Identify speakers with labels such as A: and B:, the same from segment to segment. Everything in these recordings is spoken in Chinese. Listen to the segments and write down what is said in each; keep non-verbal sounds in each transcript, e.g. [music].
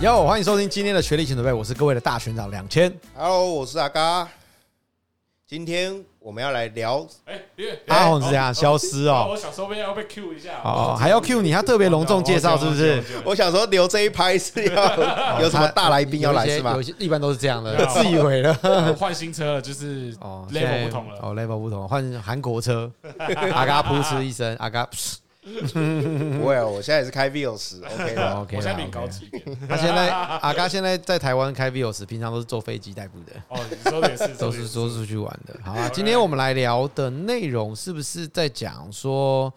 A: 哟，欢迎收听今天的学历请准备，我是各位的大学长两千。
B: Hello，我是阿嘎。今天我们要来聊，
C: 哎，李远，
A: 阿红是这样消失
C: 我
A: 哦，
C: 小时候被要被 Q 一下，
A: 哦，还要 Q 你，他特别隆重介绍是不是？
B: 我想说留这一拍是
A: [laughs]
B: 要有什么大来宾要来
A: 有一些
B: 是吗
A: 有一？些一般都是这样的
C: 对，啊
A: 自以为了。
C: 我换新车了，就是
A: 哦
C: level 不同了。
A: 哦，level 不同，换韩国车，阿嘎噗嗤一声，阿嘎噗嗤
B: 不会，哦，我现在也是开 Vios，OK
A: 哦 [laughs]
B: 的。
A: ，OK
C: 我现在
A: 啦
C: 比你高
A: OK 啦。
C: 级一点。
A: 他现在阿嘎现在在台湾开 Vios，平常都是坐飞机代步的，
C: 哦，你说的也是，
A: 都是
C: 说
A: 说
C: 的也
A: 出去玩的。好啊，
C: OK
A: 今天我们来聊的内容是不是在讲说，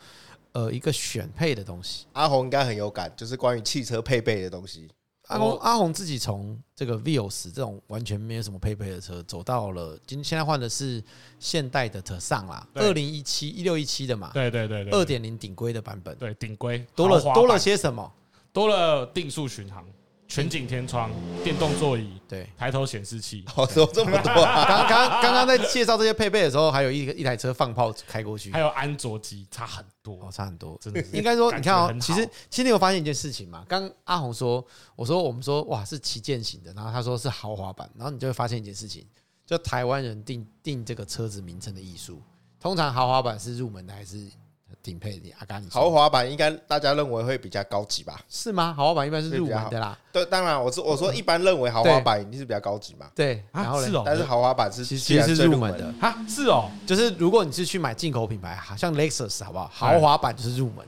A: 呃，一个选配的东西？
B: 阿红应该很有感，就是关于汽车配备的东西。 [laughs]
A: 阿
C: 我
A: 红阿红自己从这个 Vios 这种完全没有什么配备的车，走到了今现在换的是现代的 t 上啦，
C: 对
A: 二零一七一六一七的嘛，
C: 对对对对，
A: 二点零顶规的版本，
C: 对顶规
A: 多了
C: 豪华版
A: 多了些什么？
C: 多了定速巡航、全景天窗、电动座椅、
A: 对，
C: 抬头显示器。
B: 好，说这哦么多啊，
A: [laughs] 刚刚刚刚在介绍这些配备的时候，还有一个一台车放炮开过去
C: 还，有安卓机差很
A: 哦，
C: 多，
A: 差很多。
C: 真的是
A: 应该说，你
C: 感觉
A: 看哦
C: 很，好
A: 其实其实你有发现一件事情嘛？刚刚阿红说，我说我们说哇是旗舰型的，然后他说是豪华版，然后你就会发现一件事情，就台湾人定定这个车子名称的艺术，通常豪华版是入门的还是顶配的？阿甘，你说
B: 豪华版应该大家认为会比较高级吧？
A: 是吗？豪华版一般是入门的啦，
B: 对，当然我是我说一般认为豪华版一定是比较高级嘛，
A: 对，
C: 啊
A: 然后嘞
C: 是哦
B: 但是豪华版是
A: 其实
B: 既
A: 其
B: 然
A: 实是
B: 最
A: 入
B: 入
A: 门
B: 门
A: 的，，
C: 啊，是哦。
A: 就是如果你是去买进口品牌，好像 Lexus 好不好？
B: 哎
A: 豪华版就是入门。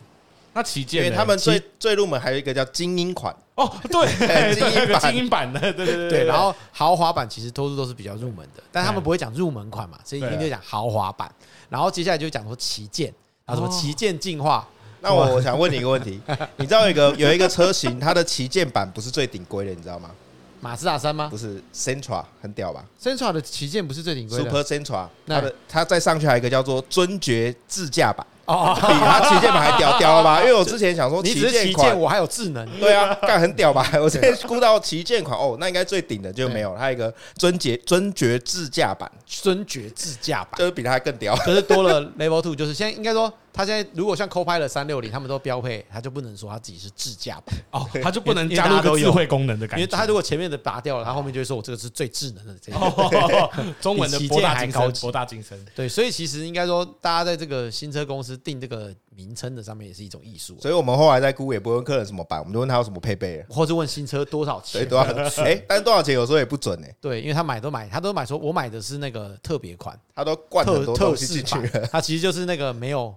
C: 那旗
B: 因
C: 舰
B: 为
C: 呢
B: 他们最
C: 旗
B: 最入门还有一个叫精英款，
C: 哦，对，
B: 精英版
C: 有一个精英版的，对对
A: 对，然后豪华版其实多数都是比较入门的，但他们不会讲入门款嘛，所以一定就讲豪华版。然后接下来就讲说旗舰，啊什么
C: 哦
A: 旗舰进化，
B: 那我想问你一个问题，你知道有一个有一个车型，它的旗舰版不是最顶规的，你知道吗？
A: 马自达三吗
B: 不是 Sentra 很屌吧
A: 哦？Sentra 的旗舰不是最顶规的
B: ？Super Sentra，
A: 那
B: 它的它再上去还有一个叫做尊爵自驾版，
A: 哦，
B: 比
A: [laughs]
B: 它旗舰版还屌屌了吧？因为我之前想说
A: 你只是旗
B: 舰
A: 舰，
B: 款，
A: 我还啊有智能，
B: 对啊，干很屌吧？我之前估到旗舰款哦，那应该最顶的就没有，它有一个尊爵尊爵自驾版，
A: 尊爵自驾版
B: 就。是比它更屌。
A: [laughs]
B: [laughs]
A: 可是多了 Level Two，就是现在应该说，它现在如果像 Copilot 三六零，他们都标配，它就不能说它自己是自驾版，
C: 哦，它就不能
A: 因为
C: 加
A: 大
C: 入
A: 家都
C: 个
A: 有
C: 智慧功能的
A: 因
C: 感觉。
A: 为它如果前面的拔掉了，它后面就会说我这个是最智能的这个。
C: 哦， [laughs] 中文的
A: 比旗舰
C: 博大
A: 还
C: 精
A: 高
C: 深，
A: 级
C: 博大精深。
A: 对，所以其实应该说，大家在这个新车公司定这个名称的上面也是一种艺术，啊
B: 所以我们后来在估，也不问客人什么版，我们就问他有什么配备了，
A: 或者问新车多少
B: 所以
A: 钱
B: 多。
A: [laughs] 啊
B: 少？哎，但是多少钱有时候也不准呢，
A: 对，因为他买都买，他都买说，我买的是那个特别款、
B: 他都灌很
A: 特
B: 多
A: 特
B: 东西
A: 仕
B: 进去
A: 版
B: 了。，
A: 他其实就是那个没有，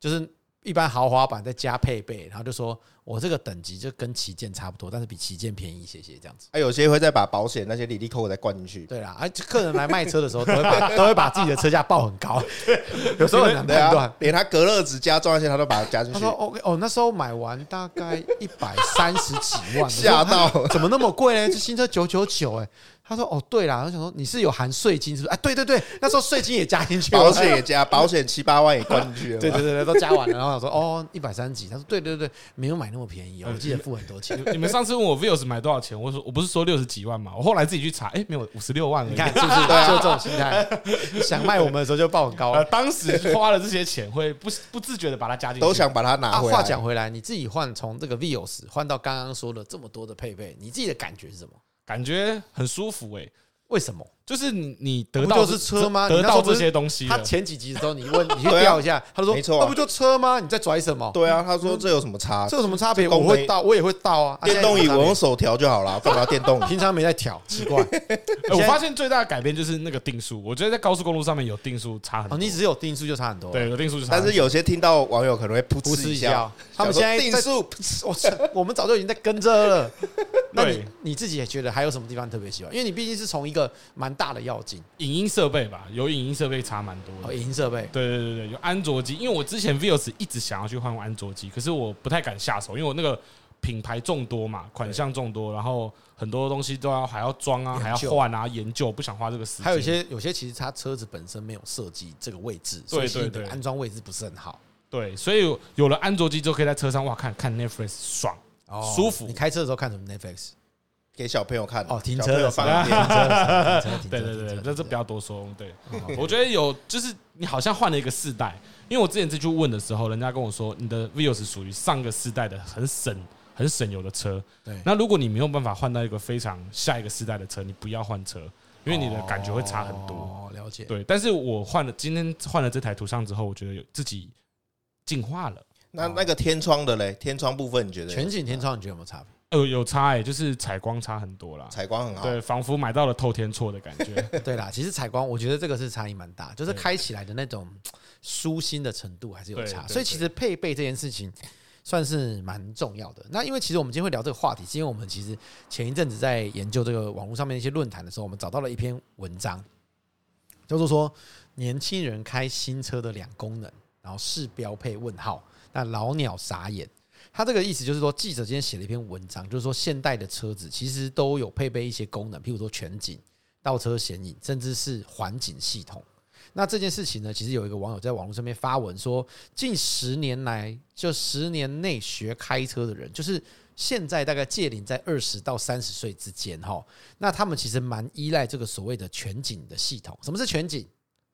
A: 就是一般豪华版再加配备，然后就说我这个等级就跟旗舰差不多，但是比旗舰便宜一些些这样子。
B: 啊，有些会再把保险那些里里扣扣再灌进去。
A: 对啦，而、且客人来卖车的时候，都会把都会把自己的车价报很
B: [laughs]
A: 高，有时候很难
B: 对
A: 判断
B: 啊。，连他隔热纸加装那些他都把它加进
A: 他
B: 去
A: 说，：“OK，哦，那时候买完大概一百三十几万，我说
B: [laughs] 吓到
A: 啊怎么那么贵呢？这新车九九九，哎。”他说：“哦，对啦，我想说你是有含税金是不是？哎，对对对，那时候税金也加进去了，
B: 保险也加，保险七八万也灌进去
A: [laughs]
B: 了。
A: 对对，对对，都加完了。然后我说：哦，一百三十几。他说：对对对，没有买那么便
B: 嗯
A: 宜哦，我记得付很多
B: [laughs]
A: 钱。
C: 你你们上次问我 Vios 买多少钱，我说我不是说六十几万嘛，我后来自己去查，哎、没有五十六万而已。
A: 你看是不是？
B: 啊
A: 就这种心态，想卖我们的时候就报很高
C: [laughs]
A: 啊
C: 呃，。
B: [laughs]
C: 当时花了这些钱，会不不自觉的把它加进去。
B: 都想把它拿
A: 啊，
B: 回来。
A: 话讲回来，你自己换从这个 Vios 换到刚刚说的这么多的配备，你自己的感觉是什么？
C: 感觉很舒服哎、
A: 为什么？
C: 就是你你得到
A: 不就是车吗
C: 得
A: 你那时候
C: 到
A: 不
C: 这
A: 是
C: 些东西
A: 他
C: 了，
A: 前几集的时候，你问你去
B: 对啊
A: 调一下，他就说：“
B: 没错啊
A: 那不就车吗？你在拽什么？
B: 对啊，啊他说这有什么差
A: 这？有什么差别？
B: 这功
A: 我
B: 能
A: 会倒，我也会倒啊。啊
B: 电动椅
A: 现在有
B: 我
A: 什么
B: 用手调就好了，干嘛要电
A: [laughs]
B: 动
A: 差别
B: 椅？
A: 平常没在调，奇
B: [laughs]
A: 怪。
C: 哎我发现最大的改变就是那个定速。我觉得在高速公路上面有定速差很多。
A: 哦，你只哦有定速就差很多。，
C: 对有定速就差
B: 但
C: 很多，
B: 是有些听到网友可能会噗
A: 不
B: 嗤
A: 是一
B: 下
A: 下，，他们现在
B: 定
A: 在
B: 速，
A: [laughs] 我操我们早就已经在跟着
C: [laughs]
A: 了。那你
C: 对
A: 你自己也觉得还有什么地方特别喜欢？因为你毕竟是从一个蛮大的要进
C: 影音设备吧，有影音设备差蛮多的。
A: 哦，影音设备
C: 对对对对，有安卓机，因为我之前 Vios 一直想要去换安卓机，可是我不太敢下手，因为我那个品牌众多嘛，款项众多，然后很多东西都要还要装啊，
A: 研究
C: 还要换啊，研究，不想花这个时间。
A: 还有一些有些其实它车子本身没有设计这个位置，所以
C: 对
A: 其实你
C: 对
A: 的
C: 对
A: 安装位置不是很好。
C: 对，所以有了安卓机之后，可以在车上哇看看 Netflix 爽。
A: 哦
C: 舒服
A: 你开车的时候看什么 Netflix？
B: 给小朋友看。
A: 哦，停
B: 小
A: 车
B: 朋友
A: 的时候，
B: 放一 [laughs] 点。
A: 停车停车停车停车
C: 对对对
A: 停
C: 对，
A: 车
C: 那这不要多说。对，我觉得有就是你好像换了一个世代，因为我之前再去问的时候，人家跟我说你的 Vios 属于上个世代的很省很省油的车。
A: 对
C: 那如果你没有办法换到一个非常下一个世代的车，你不要换车，因为你的感觉会差很多。
A: 哦，了解。
C: 对，但是我换了今天换了这台途尚之后，我觉得有自己进化了。
B: 那那个天窗的嘞，天窗部分你觉得
A: 全景天窗你觉得有没有差别？
C: 呃，有差哎、就是采光差很多啦。
B: 采光很好？
C: 对，仿佛买到了透天错的感觉。
A: [laughs] 对啦，其实采光我觉得这个是差异蛮大，就是开起来的那种舒心的程度还是有
C: 对
A: 差，
C: 对
A: 所以其实配备这件事情算是蛮重要的。那因为其实我们今天会聊这个话题，是因为我们其实前一阵子在研究这个网络上面一些论坛的时候，我们找到了一篇文章，叫做说年轻人开新车的两功能，然后是标配问号，那老鸟傻眼。他这个意思就是说，记者今天写了一篇文章，就是说现代的车子其实都有配备一些功能，譬如说全景。倒车显影，甚至是环景系统。那这件事情呢，其实有一个网友在网络上面发文说，近十年来，就十年内学开车的人，就是现在大概界龄在二十到三十岁之间哈，那他们其实蛮依赖这个所谓的全景的系统。什么是全景？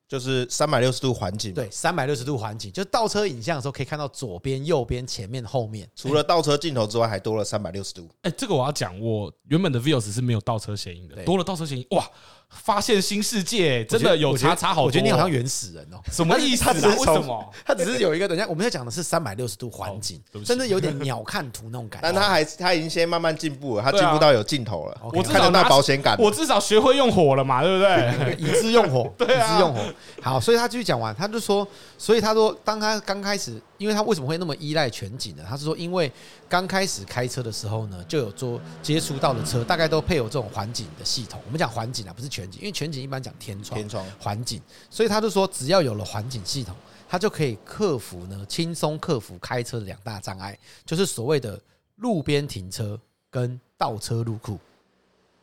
B: 就是三百六十度环境。，
A: 对，三百六十度环景，就倒车影像的时候可以看到左边、右边、前面、后面。
B: 除了倒车镜头之外，还多了三百六十度。
C: 哎、这个我要讲，我原本的 Vios 是没有倒车显影的，
A: 对
C: 多了倒车显影，哇，发现新世界，真的有
A: 我觉得
C: 差差好多哦。
A: 我觉得你好像原始人哦、
C: [laughs] 什么意思啊？
A: 他只是
C: 为
A: 从
C: 什么？
A: 它只是有一个，等一下我们要讲的是三百六十度环境
C: [laughs] 哦对，不起
A: 甚至有点鸟看图那种
C: [laughs]
A: 感觉。
B: 但他还他已经先慢慢进步了，他进
C: 对啊
B: 步到有镜头了，
A: OK
C: 我
B: 我
C: 至
B: 看
C: 少
B: 得到
C: 拿
B: 保险杆。
C: 我至少学会用火了嘛，对
A: [laughs]
C: 不对？
A: 以资用火，
C: 对啊
A: 以资用火。好，所以他继续讲完，他就说，所以他说，当他刚开始，因为他为什么会那么依赖全景呢？他是说，因为刚开始开车的时候呢，就有做接触到的车，大概都配有这种环景的系统。我们讲环景啊，不是全景，因为全景一般讲天窗
B: 天窗
A: 环景，所以他就说，只要有了环景系统，他就可以克服呢，轻松克服开车的两大障碍，就是所谓的路边停车跟倒车入库。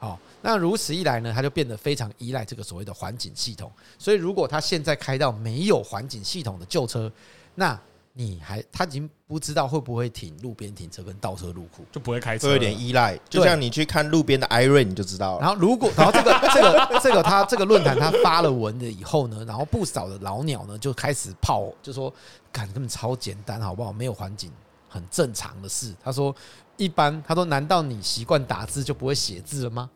A: 好，那如此一来呢，他就变得非常依赖这个所谓的环景系统。所以，如果他现在开到没有环景系统的旧车，那你还他已经不知道会不会停路边停车跟倒车入库。
C: 就不会开车
B: 会
C: 了，
B: 有点依赖，就像你去看路边的 Iron 你就知道了。
A: 然后，如果然后这个这个这个他这个论坛他发了文了以后呢，然后不少的老鸟呢就开始炮，就说干根本超简单，好不好？没有环境很正常的事。他说一般，他说难道你习惯打字就不会写字了
B: [laughs]
A: 吗？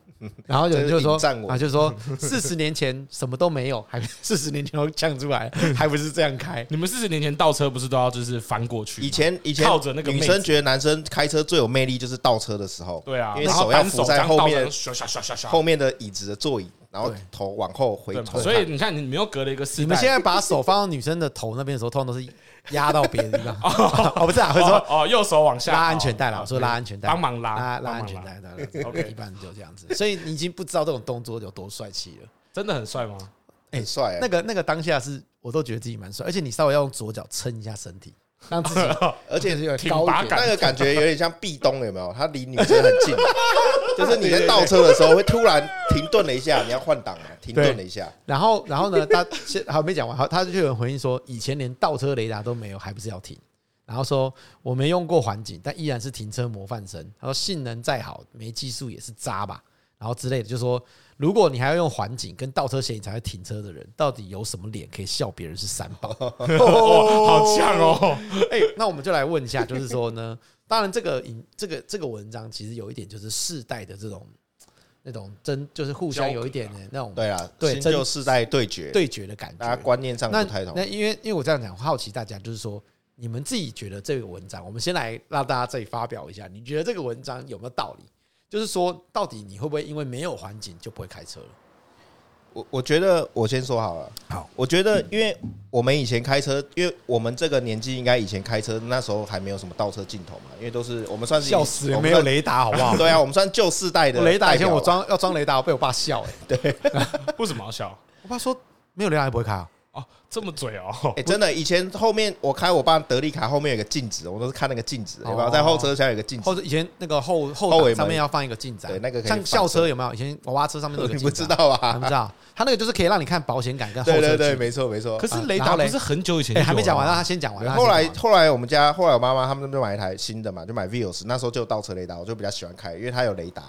A: 然后有人就说
B: 这是引战我
A: 啊，就说四十年前什么都没 [laughs] 有，还四十年前都呛出来，还不是这样
B: [laughs]
A: 开？
C: 你们四十年前倒车不是都要就是翻过去吗？
B: 以前以前
C: 靠着那个妹
B: 女
C: 子
B: 生觉得男生开车最有魅力就是倒车的时候，
C: 对啊，
B: 因为
C: 然后
B: 手要
C: 单
B: 扶
C: 手
B: 在后面
C: 刷刷刷刷
B: [laughs]
C: 刷，
B: 后面的椅子的座椅，然后
A: 对
B: 头往后回
C: 对嘛
B: 头看。
C: 所以你看，你们又隔了一个世代。
A: 你们现在把手放到女生的头那边的时候，通常都是压到别的地方。 [laughs] 哦，不是啊，会说
C: 哦哦，右手往下
A: 拉安全带啦，
C: 哦
A: 我说拉安全带，
C: 帮忙拉
A: 拉拉
C: 帮忙
A: 安全带
C: [laughs]
A: 对拉
C: OK
A: 一般就这样子。所以你已经不知道这种动作有多帅气了。
C: 真的很
A: [laughs]
C: 帅吗？
B: 很哎帅、啊
A: 那个那个当下是我都觉得自己蛮帅，而且你稍微要用左脚撑一下身体，让
C: [laughs]
A: 自己
B: 而且
A: 就是有点
C: 挺
A: 高
C: 拔
A: 一点
C: 感。
B: 那个感觉有点像壁咚，有没有？它离女生很
C: [laughs]
B: 近，就是你在倒车的时候会突然停顿了一下，你要换挡了，停顿了一下。
A: 然后然后呢，他先还没讲完，好，他就有人回应说，以前连倒车雷达都没有，还不是要停。然后说我没用过环景，但依然是停车模范生。他说性能再好，没技术也是渣吧，然后之类的，就说如果你还要用环景跟倒车显影才会停车的人，到底有什么脸可以笑别人是三宝？ [laughs]
C: 哦，好呛哦！
A: 哎、那我们就来问一下，就是说呢，当然这个影这个这个文章其实有一点就是世代的这种那种争，就是互相有一点的那种
B: 对啊，
A: 对
B: 新
A: 真
B: 旧世代对决，
A: 对决的感
B: 大家
A: 觉。
B: 观念上
A: 那
B: 不太同
A: 那。因为因为我这样讲，好奇大家就是说，你们自己觉得这个文章，我们先来让大家这里发表一下，你觉得这个文章有没有道理？就是说，到底你会不会因为没有环境就不会开车了？
B: 我我觉得我先说好了。
A: 好，嗯
B: 我觉得因为我们以前开车，因为我们这个年纪应该以前开车那时候还没有什么倒车镜头嘛，因为都是我们算是
A: 笑死
B: 我
A: 人，
B: 们
A: 没有雷达好不
B: [laughs]
A: 好
B: 算。？对啊，我们算旧世代的
A: 我雷达以
B: 代
A: 前
B: 表
A: 我
B: 吧
A: 装要装雷达，我被我爸笑哎、
C: 为什么要笑？
A: 我爸说没有雷达也不会开啊。
C: 哦，这么嘴哦
B: 哎、！真的，以前后面我开我爸德利卡后面有个镜子，我都是看那个镜子，
A: 哦
B: 有没有在后车厢有个镜
A: 或
B: 子？
A: 者以前那个后后
B: 嗯后尾
A: 挡
B: 门
A: 上面要放一个镜子啊，
B: 对那个可以
A: 像校车有没有？以前娃娃车上面都有个
B: [laughs] 你
A: 镜
B: 不
A: 子
B: 知
A: 啊，
B: 道
A: 还不知
B: 啊？
A: 道，它那个就是可以让你看保险杆跟后
B: 对
A: 车距
B: 对对，没错没错
C: 可。是雷
A: 然后
C: 达
A: 嘞
C: 不是很久以前就
A: 哎，
C: 有了吗
A: 还没讲完，让他先讲完。让他
B: 啊后
A: 先
B: 来
A: 讲完
B: 后来我们家后来我妈妈他们就买一台新的嘛，就买 Vios，那时候就有倒车雷达，我就比较喜欢开，因为它有雷达。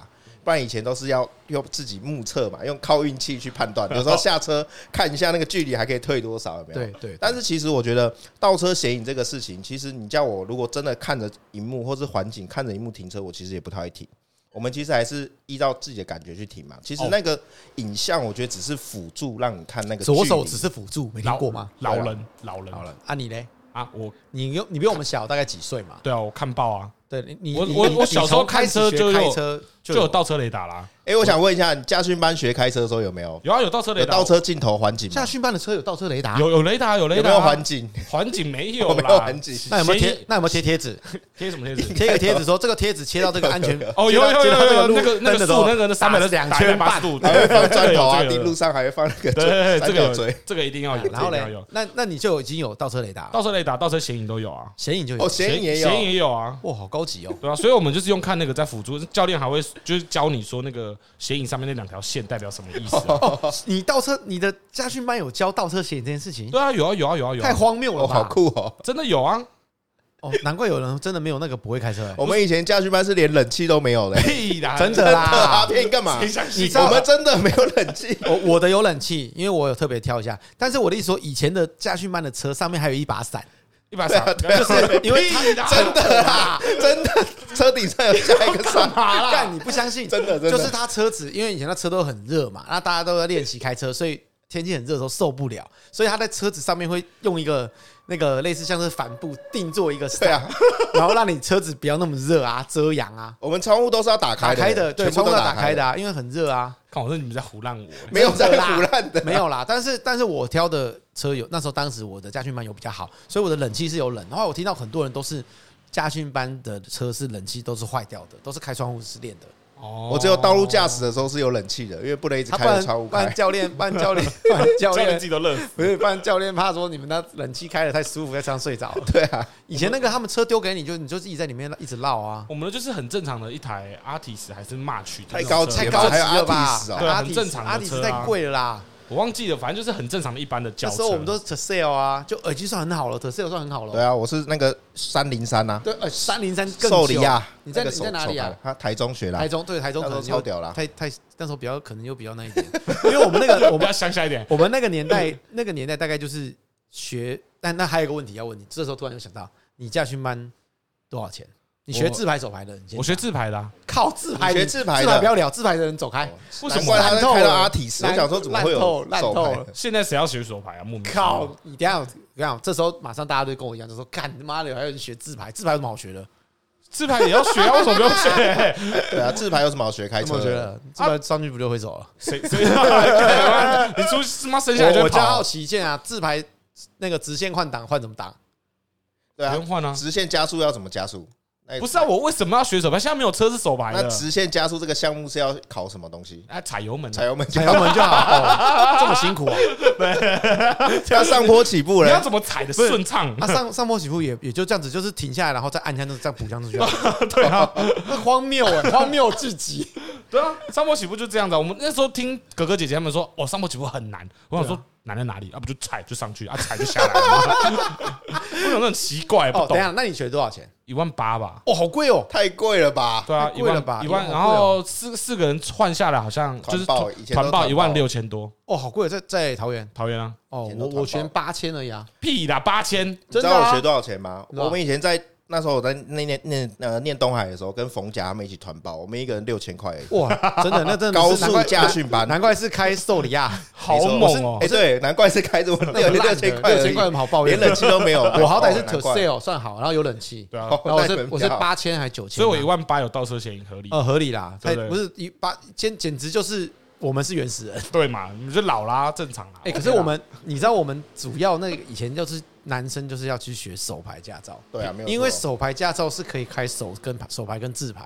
B: 不然以前都是要用自己目测嘛，用靠运气去判
A: [laughs]
B: 断，有时候下车看一下那个距离还可以退多少，有没有？
A: 对对，
B: 但是其实我觉得倒车斜影这个事情，其实你叫我如果真的看着荧幕或是环境看着荧幕停车，我其实也不太会停。我们其实还是依照自己的感觉去停嘛。其实
C: 哦
B: 那个影像，我觉得只是辅助让你看那个
A: 左
B: 距
A: 手
B: 离
A: 只是辅助，没听
C: 老
A: 过吗？
C: 老
B: 对
C: 人，老人，
A: 好了，啊你嘞？
C: 啊！我
A: 你用你比我们小大概几岁嘛？
C: 对啊，我看报啊，
A: 对你你
C: 我
A: 你
C: 我
A: 你
C: 我小时候
A: 你从开
C: 看车
A: 始学
C: 就
A: 开
C: 有
A: 车
C: 就有倒车雷达啦，
B: 哎、我想问一下，你驾训班学开车的时候有没有
C: 有啊，有倒车雷
B: 有
C: 达，
B: 倒车镜头环景
A: 下
B: 吗？
A: 训班的车有倒车雷达，
C: 有有雷达，有雷
B: 有没
C: 达
B: 有
C: 啊，
B: 环景？
C: 环景没
B: 我
C: 有
B: 没有
C: 啦
B: 环，景。
A: 那有没有
C: 嫌疑
A: 贴？那有没有贴贴 [laughs] 纸？
C: 贴什么贴纸？
A: 贴一个贴纸说这个贴纸切到这个安 [laughs] 全
C: 哦，
A: 接
C: 有
A: 到
C: 有
A: 接到这
C: 有有
A: 路
C: 那个那
A: 灯的
C: 个
A: 哦时
C: 树
A: 候
C: 那个那三百
A: 打两
C: 打
A: 圈
C: 八
A: 半
C: 十度，
B: 还会放砖头啊，
C: 这个有
B: 地路上还会放那个
C: 对对对，
B: 三
C: 这
B: 角
C: 个
B: 锥
C: 有，这个一定要有，这个
A: 然后
C: 一定要
A: 嘞
C: 有，，
A: 那那你就已经有倒车雷达了，
C: 倒车雷达、倒车显影都有啊，
A: 显影就有
B: 哦，，斜影也
C: 显影
B: 有，
C: 也有啊。
A: 哇，好高级哦！
C: 对啊，所以我们就是用看那个在辅助，教练还会就是教你说那个显影上面那两条线代表什么意思、啊。
A: 你倒车，你的家训班有教倒车显影这件事
B: 嗯
A: 情，
C: 对啊，有啊，有啊，有啊，有
A: 太
C: 啊，
A: 荒谬了
B: 哦，好
A: 吧？
B: 酷哦。
C: 真的有啊，
B: [laughs]
A: 哦，难怪有人真的没有那个不会开车欸，
B: 我们以前驾训班是连冷气都没有的，
C: 屁啦，
A: 真的
B: 真的啊，
A: 啦。
B: 骗你干嘛
C: 谁？相
A: 你
C: 信
A: 知？道
B: 我们真的没有冷
A: [laughs]
B: 气，
A: 我哦我的有冷气，因为我有特别挑一下。但是我的意思说，以前的驾训班的车上面还有一把伞，
C: 一把伞，
B: [laughs] 对啊
C: 就是
B: [laughs]
C: 因为真
B: 真的啦，真的车顶上有加一
A: [laughs]
B: 个伞，
A: 干你不相信？
B: 真的真
A: 就
B: 的
A: 是他车子，因为以前他车都很热嘛，那大家都要练习开车，所以天气很热的时候受不了，所以他在车子上面会用一个那个类似像是帆布定做一个
B: 对
A: 伞，
B: 啊，
A: 然后让你车子不要那么热啊，遮阳啊，
B: 我们窗户都是要打
A: 打
B: 开
A: 开的，对，
B: 全部
A: 窗户
B: 都
A: 要打开
B: 开
A: 的，啊，因为很热啊。
C: 看我说你们在胡乱我、欸，
B: 没有在腐烂的，
A: [laughs] 没有啦，哦但是但是我挑的车有那时候当时我的家训班有比较好，所以我的冷气是有冷。然后我听到很多人都是家训班的车是冷气都是坏掉的，都是开窗户是练的，
C: 哦
B: 我只有道路驾驶的时候是有冷气的，因为不能一直
A: 啊他不
B: 开着
A: 然
B: 窗户
A: 不然 [laughs]
B: 开。
A: 教练不然教练不然教
C: 教练
A: 练
C: 自己都乐死。
A: 不是不然教练怕说你们那冷气开的太舒服，在车上睡着了。
B: 对啊，
A: 以前那个他们车丢给你就你就自己在里面一直绕啊，
C: 我们的就是很正常的一台 Artis 还是 March，的
B: 太
C: 那种
B: 高
C: 车
B: 级
A: 太
B: 了
A: 高级
B: 还有
A: 了吧
B: Artis 哦？
C: 啊对
A: 阿
C: 很
A: 迪
C: 正常的
A: 阿迪
C: 车
A: 是
C: 啊
A: 太贵了啦。
C: 我忘记了，反正就是很正常的一般的轿
A: 那时
C: 车。
A: 候我们都是 t e s a l 啊，就耳机算很好了 t e s a l 算很好
B: 对
A: 了。
B: 啊，我是那个三零三啊呐，
A: 对，呃，三零三更
B: 寿
A: 久
B: 里亚，
A: 你在
B: 那
A: 你
B: 个手
A: 在哪里？
B: 手
A: 啊
B: 牌？他台中学啦
A: 台，中对台中可能
B: 那时候
A: 就
B: 超屌啦
A: 太太那时候比较可能又比较那一点， [laughs] 因为我们那
B: [laughs]
A: 个我
C: 我们
A: 们
C: 要乡下一点。
A: 我们那个年代那个年代大概就是学，但那还有一个问题要问你，这时候突然又想到，你驾训班多少钱？你学
C: 我
A: 自排手牌的，你先
C: 我学自排的、啊，
A: 靠自排，
B: 你学
A: 你
B: 自排的哦
A: 自排不要聊，自排的人走开，
C: 为什
B: 难
C: 么
B: 怪他
A: 烂
B: 在
A: 透
B: 开到
A: 了
B: 阿体时，我
A: 烂
B: 想说怎么会有
A: 烂透烂
B: 手
A: 透
B: 牌
A: 了
B: 的
C: 现在谁要学手牌啊？莫名其妙
A: 靠！你等一下我跟你讲，这时候马上大家都跟我一样，就说干你妈的，还有人学自排，自排有什么好学的？
C: 自排也要学啊，为什么不用
B: [laughs]
C: 学？
B: 对啊，自排有什么好学开
A: 有没
B: 车
A: 有觉
B: 的？
A: 得自排上去不就会走了？
C: 谁谁要来？ [laughs] 你出他妈生下来
A: 我
C: 就
A: 我
C: 会
A: 叫好
C: 跑，
A: 奇剑啊，自排那个直线换挡换怎么挡？
B: 对
C: 不
B: 啊
C: 用，换啊！
B: 直线加速要怎么加速？那
C: 不是啊，我为什么要学手牌？现在没有车是手牌
B: 那
C: 的，
B: 直线加速这个项目是要考什么东西？
C: 啊，踩油门啊
B: 踩！油门
A: [laughs]
B: 就
A: 踩油门就好，哦、这么辛苦啊！
B: 要上坡起步
C: 你要
B: 了。
C: 怎么踩的顺畅？
A: 啊，上上坡起步也也就这样子，就是停下来，然后再按一下，那这样补上出去啊，
C: [laughs] 对啊，
A: 那荒谬哎、荒谬至
C: [laughs]
A: 极。
C: 对啊，上坡起步就这样子、啊。我们那时候听哥哥姐姐他们说，哦，上坡起步很难。我想说
A: 对
C: 难在哪里？啊，不就踩就上去，啊踩就下来了。 [laughs] 我想说很奇怪，不
A: 哦，等
C: 懂
A: 一。下，那你学多少钱？
C: 一万八吧。
A: 哦，好贵哦，
B: 太贵了吧？
C: 对啊，
A: 太
C: 一
A: 贵了
C: 万
A: 吧哦
C: 一
A: 一
C: 万，
A: 万
C: 然后四四个人换下来，好像就是
B: 团报
C: 团
B: 以前都
C: 团报
B: 团
C: 一万
B: 报
C: 六千多，
A: 哦，好贵哦，在在桃园
C: 桃园啊，
A: 哦，
B: 以前
A: 我
B: 都
A: 我
B: 团
A: 全
B: 报
A: 八千而已啊，
C: 屁啦，八千，
B: 你知
A: 真的
B: 道我
A: 啊
B: 学多少钱吗？
A: 是吧
B: 我们以前在那时候我在那念念呃念东海的时候，跟冯甲他们一起团报，我们一个人六千块而已。
A: 哇，真的，那真的是
B: [laughs] 高
A: 难怪
B: 速驾训
A: [laughs]
B: 班
A: 难怪是开啊寿里
B: [laughs]
A: 亚，
C: 好
B: 没错
C: 猛哦
B: 哎，！对，难怪是开这么
A: 那 [laughs] 个烂
B: 六六
A: 的
B: 千块而已，
A: 六千块有什么好抱怨？
B: 连 [laughs] 冷气都没有。
A: 我好歹是
B: 哦
A: t
B: 难
A: e
B: 怪
A: s a l 算好，然后有冷气，
C: 对啊，
B: 哦
A: 然后我
B: 那
A: 是
B: 很
A: 我是
B: 妙
A: 八千还九千
C: 所
A: 啊，
C: 以我一万八有倒车嫌疑合理，
A: 呃合理啦，太
C: 对不对
A: 不是一八简简直就是我们是原始人。
C: 对嘛？你就老啦，正常啦。
A: 哎、可
C: OK
A: 是
C: 啦
A: 我们，你知道我们主要那个以前就是男生就是要去学手牌驾照，
B: 对啊没有错
A: 因为手牌驾照是可以开手跟手牌跟自牌。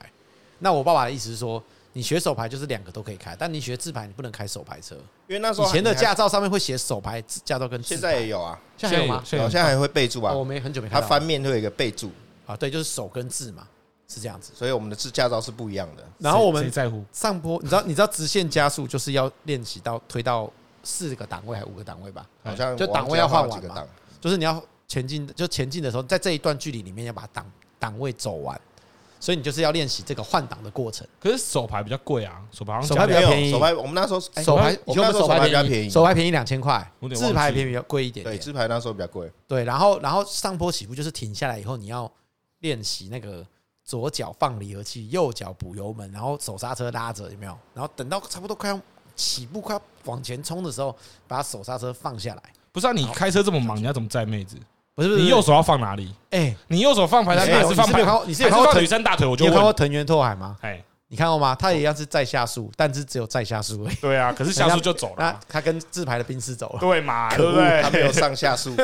A: 那我爸爸的意思是说，你学手牌就是两个都可以开，但你学自牌你不能开手牌车。
B: 因为那时候
A: 以前的
B: 你还
A: 驾照上面会写手牌驾照跟自牌，
B: 现在也有啊，
A: 现在还有吗？
C: 现
B: 好
C: 在
B: 像还会备注啊
A: 哦，我，没很久没
B: 它
A: 看到
B: 翻面会有一个备注，
A: 啊，对，就是手跟字嘛，是这样子。
B: 所以我们的自驾照是不一样的。
A: 然后我
C: 谁
A: 们
C: 在乎？
A: 上坡，你知道你知道直线加速就是要练习到推到四个档位还是五个档位吧？
B: 好像
A: 就
B: 我
A: 档
B: 忘记
A: 位要
B: 换
A: 换
B: 几
A: 完
B: 个
A: 嘛
B: 档，
A: 就是你要前进，就前进的时候，在这一段距离里面要把档档位走完。所以你就是要练习这个换挡的过程。
C: 可是手牌比较贵啊，手牌好像
A: 手牌比
C: 加
A: 较
B: 没
A: 便宜
B: 有手牌，我们那时候哎
A: 手牌，
B: 我
A: 以前我
B: 们那时
A: 们
B: 候
A: 手
B: 手牌
A: 牌
B: 比较便宜，
A: 手牌便宜两千块
C: 我有，啊点忘
A: 自
C: 记
A: 牌便宜比较贵一点
B: 对，
A: 点。
B: 自牌那时候比较贵，
A: 对，然后然后上坡起步就是停下来以后，你要练习那个左脚放离合器，右脚补油门，然后手刹车拉着，有没有？然后等到差不多快要起步快要往前冲的时候，把手刹车放下来。
C: 不是啊，你开车这么忙，你要怎么载妹子？
A: 不是不是，
C: 你右手要放哪里？
A: 哎、
C: 你右手放排单
B: 你是
C: 还
A: 有
C: 是放
A: 你是没有
C: 排
A: 看过你是有
C: 还
A: 看过
C: 放
A: 藤
C: 女生大腿？我
A: 你
C: 就
A: 有看过
C: 问，
A: 藤原拓海吗？
C: 哎，
A: 你看过吗？他也一样是在下树，但是只有在下树而已。
C: 对啊，可是下树就走了
A: 那
C: 啊，
A: 他跟自排的宾士走了。
C: 对嘛？对
B: 可
C: 不
B: 恶，他没有
C: 对？
B: 上
A: [laughs]
B: 下速，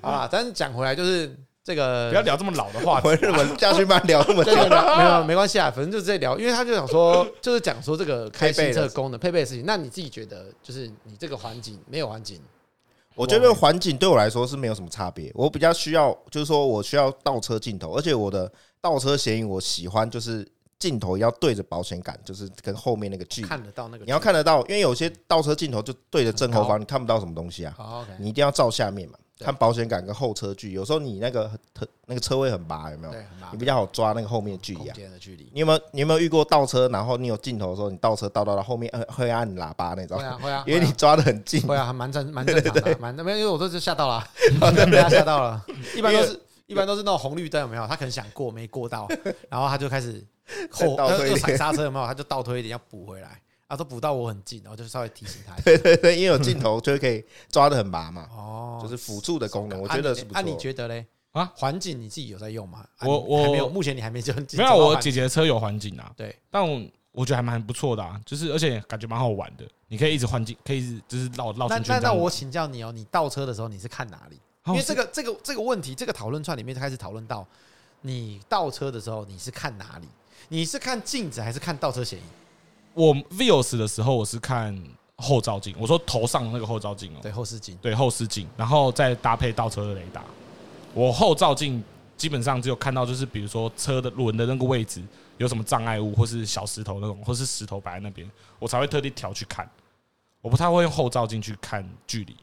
A: 好啦，但是讲回来，就是这个
C: 不要聊这么老的话
B: 我
C: 题，
B: 们我们下去慢聊那么
A: 这个
B: 久，
A: 聊没有没关系啊，反正就是在聊，因为他就想
B: [laughs]
A: 说，就是讲说这个开
B: 配备
A: 新
B: 的
A: 车功能配备的事情。那你自己觉得，就是你这个环境没有环境，
B: 我觉得环境对我来说是没有什么差别，我比较需要就是说我需要倒车镜头，而且我的倒车显影我喜欢就是镜头要对着保险杆，就是跟后面那个距离，
A: 看得到那个
B: 你要看得到，因为有些倒车镜头就对着正后
A: 很高
B: 方，你看不到什么东西啊，
A: 好 OK，
B: 你一定要照下面嘛，
A: 对
B: 看保险杆跟后车距，有时候你那个特那个车位很拔，有没有？
A: 对，很麻
B: 你
A: 烦
B: 比较好抓那个后面的距离
A: 空
B: 啊。
A: 间的距离。
B: 你有没有你有没有遇过倒车，然后你有镜头的时候，你倒车倒到到后面呃会按喇叭那种
A: 会，啊会啊，
B: 因为
A: 会啊
B: 你抓的很近，
A: 会啊，还蛮正蛮正常的啊，蛮没有，因为我这就吓到了啊，
B: 哦
A: [laughs] 被他吓到了。一般都是一般都是那种红绿灯有没有？他可能想过没过到，然后他就开
B: [laughs]
A: 始后
B: 倒退一
A: 又
B: 点
A: 踩刹车有没有？他就倒推一点要补回来，啊都补到我很近，然后就稍微提醒他一下。
B: 对对 [laughs] 对，因为有镜头就可以抓的很麻嘛，
A: [laughs] 哦，
B: 就是辅助的功能，我
A: 啊
B: 觉得
A: 你
B: 是不
A: 啊你
B: 错。
A: 觉得嘞？
C: 啊
A: 啊，环境你自己有在用吗？啊
C: 我
A: 你还没有，
C: 我
A: 目前你还没就
C: 没有，啊我姐姐的车有环境啊，
A: 对，
C: 但我我觉得还蛮不错的啊，就是而且感觉蛮好玩的，你可以一直换境，可以一直就是绕绕
A: 那那
C: 圈圈这
A: 那
C: 样。
A: 我请教你哦，你倒车的时候你是看哪里？因
C: 啊
A: 为
C: 我
A: 这个这个这个问题，这个讨论串里面开始讨论到你倒车的时候你是看哪里？你是看镜子还是看倒车显影？
C: 我 Vios 的时候，我是看后照镜，我说头上的那个后照镜哦，
A: 对，后视镜。
C: 对后视镜，然后再搭配倒车的雷达。我后照镜基本上只有看到就是比如说车的轮的那个位置有什么障碍物，或是小石头那种，或是石头摆在那边，我才会特地调去看。我不太会用后照镜去看距离，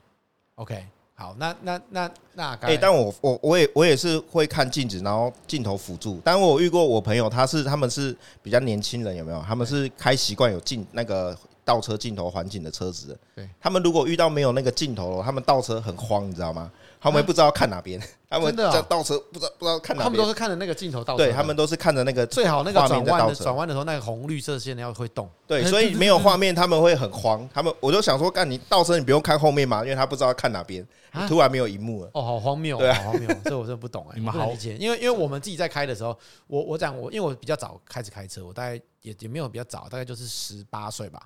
A: OK，好，那那那那刚
B: 哎、
A: 才
B: 但我我我也我也是会看镜子，然后镜头辅助。但我有遇过我朋友，他是他们是比较年轻人，有没有？他们是开习惯有镜那个倒车镜头环境的车子的。
A: 对
B: 他们如果遇到没有那个镜头，他们倒车很慌，你知道吗？他们会不知道看哪边， [laughs] 他
A: 啊
B: 们
A: 真的哦
B: 在倒车不知道不知道看哪
A: 他们都
B: 边。
A: 是看着那个镜头倒车的，
B: 对他们都是看着那个
A: 最好那个
B: 画
A: 转
B: 面在
A: 弯
B: 倒
A: 的
B: 车
A: 转弯的时候，那个红绿色线要会动。
B: 对，
C: 哎
B: 所
A: [laughs]
C: 对
B: 以
C: 对
B: 没有画面，他们会很慌。他们，我就想说，干你倒车，你不用看后面嘛，因为他不知道看哪边
A: 啊，
B: 突然没有荧幕了。
A: 哦，好荒谬，
B: 对啊
A: 好荒谬，这我真的不懂哎、
C: [laughs] 你们
A: 不能
C: 好
A: 理解，因为因为我们自己在开的时候，我我讲我因为我比较早开始开车，我大概也也没有比较早，大概就是十八岁吧，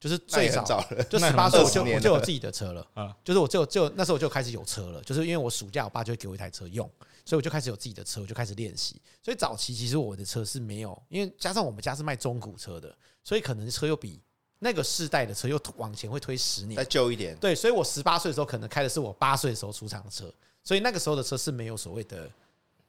A: 就是
B: 那
A: 最
B: 也很
A: 早
B: 早了，
A: 就
C: 那
A: 十
C: 也
A: 八
C: 很
A: 岁
C: 早
A: 我就
B: 20
A: 我
B: 年了
A: 就有自己的车了，
C: 啊
A: 就是我就有就那时候我就开始有车了，就是因为我暑假我爸就会给我一台车用，所以我就开始有自己的车，我就开始练习。所以早期其实我的车是没有，因为加上我们家是卖中古车的，所以可能车又比那个世代的车又往前会推十年
B: 再，旧一点。
A: 对，所以我十八岁的时候可能开的是我八岁的时候出厂的车，所以那个时候的车是没有所谓的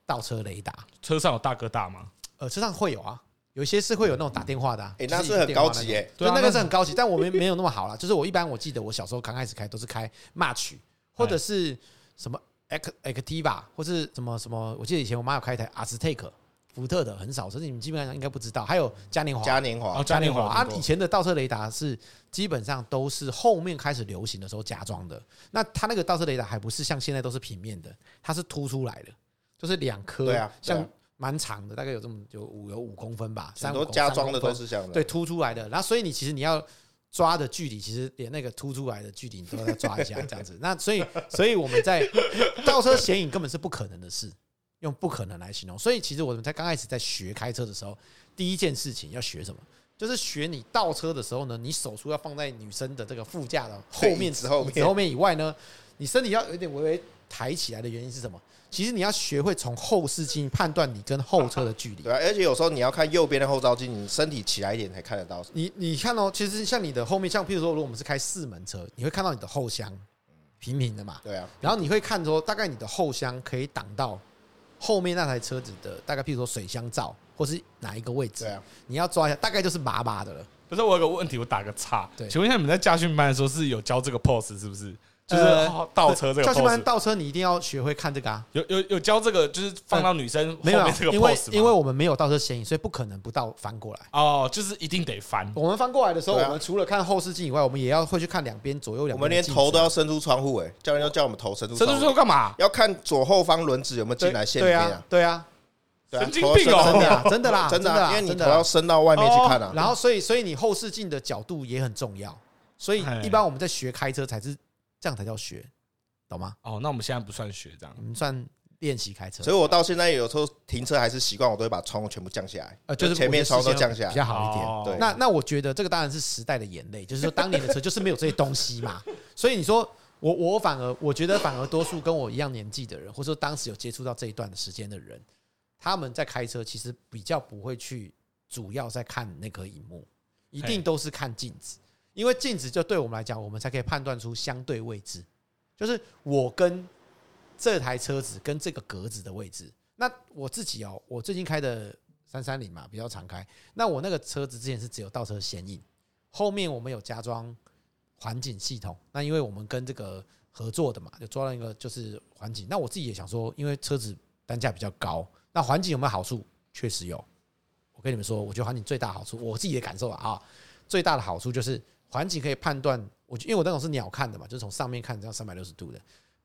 A: 倒车雷达，
C: 车上有大哥大吗？
A: 呃，车上会有啊，有一些是会有那种打电话的、啊，
B: 哎，
A: 就
B: 那
A: 是一
B: 是
A: 个
B: 很
A: 电话
B: 高
A: 那
B: 级
A: 种
B: 哎，
A: 对，
C: 对啊
A: 那个
C: 那
A: 是很高级，但我没没有那么好啦。就是我一般我记得我小时候刚开始开都是开 March 或
C: 哎
A: 者是什么 Ac- Activa 或是什么什么，我记得以前我妈有开一台 Aztec 福特的，很少，所以你们基本上应该不知道。还有嘉年华，
B: 嘉年华
C: 哦，嘉年华
A: 啊
C: 很，多
A: 以前的倒车雷达是基本上都是后面开始流行的时候加装的。那它那个倒车雷达还不是像现在都是平面的，它是凸出来的，就是两颗，
B: 对啊对啊
A: 像蛮长的，大概有这么有五有五公分吧，
B: 很
A: 三
B: 多
A: 五
B: 加
A: 三
B: 装的
A: 公分
B: 都是这样的。
A: 对，凸出来的。然后所以你其实你要抓的距离，其实连那个凸出来的距离你都要再抓一下，这样子。那所以所以我们在倒车显影根本是不可能的事，用不可能来形容。所以其实我们在刚开始在学开车的时候，第一件事情要学什么？就是学你倒车的时候呢，你手术要放在女生的这个副驾的后
B: 对
A: 面
B: 椅子后面
A: 椅后面以外呢，你身体要有一点微微抬起来的原因是什么？其实你要学会从后视镜判断你跟后车的距离。
B: 对啊，而且有时候你要看右边的后照镜，你身体起来一点才看得到。
A: 你你看哦，其实像你的后面，像譬如说，如果我们是开四门车，你会看到你的后箱平平的嘛，
B: 对啊，
A: 然后你会看说，大概你的后箱可以挡到后面那台车子的大概，譬如说水箱罩或是哪一个位置，
B: 对啊，
A: 你要抓一下，大概就是麻麻的了。
C: 可是我有个问题，我打个岔
A: 对，
C: 请问一下你们在驾训班的时候是有教这个 pose 是不是？就是
A: 呃
C: 倒车这个
A: 教训班
C: pose，
A: 倒车你一定要学会看这个啊，
C: 有有有教这个，就是放到女生后
A: 没有啊
C: 面这个，
A: 因为
C: pose 吗
A: 因为我们没有倒车嫌疑，所以不可能不倒翻过来。
C: 哦，就是一定得翻，
A: 我们翻过来的时候，
B: 对啊
A: 我们除了看后视镜以外，我们也要会去看两边左右
B: 我
A: 两边。
B: 们连头都要伸出窗户，哎，教练要叫我们头伸出
C: 这
B: 窗
C: 就是
B: 户，
C: 说干嘛？
B: 要看左后方轮子有没有进来线里
A: 对
B: 面
A: 啊
B: 啊，，
A: 对啊，
B: 对啊
C: 神经
B: 头要
C: 病哦
B: 伸
A: 真的
B: 真的
A: 啊
B: 啊
A: 真的啦，
B: 真的
A: 的啦，
B: 啊，因为你
A: 真
B: 头
A: 的
B: 要
A: 啦。
B: 伸到外面去看啊。
A: 然后，所以所以你后视镜的角度也很重要，所以
B: 哎
C: 嘿
A: 一般我们在学开车才是这样才叫学，懂吗？
C: 哦，那我们现在不算学这样
A: 我，们算练习开车
B: 所，以我到现在有时候停车还是习惯，我都会把窗户全部降下来，
A: 呃，就是
B: 前面窗
A: 稍
B: 户都降
A: 比
B: 下来。
A: 较好一点。
C: 哦
B: 对
A: 那那我觉得这个当然是时代的眼泪，就是说当年的车就是没有这些东西嘛，所以你说我我反而我觉得反而多数跟我一样年纪的人，或者说当时有接触到这一段时间的人，他们在开车其实比较不会去主要在看那颗荧幕，一定都是看镜子，因为镜子就对我们来讲，我们才可以判断出相对位置，就是我跟这台车子跟这个格子的位置。那我自己哦，我最近开的三三零嘛，比较常开。那我那个车子之前是只有倒车显影，后面我们有加装环景系统。那因为我们跟这个合作的嘛，就装了一个就是环景。那我自己也想说，因为车子单价比较高，那环景有没有好处？确实有。我跟你们说，我觉得环景最大好处，我自己的感受啊，啊最大的好处就是环景可以判断。我因为我那种是鸟看的嘛，就是从上面看这样三百六十度的，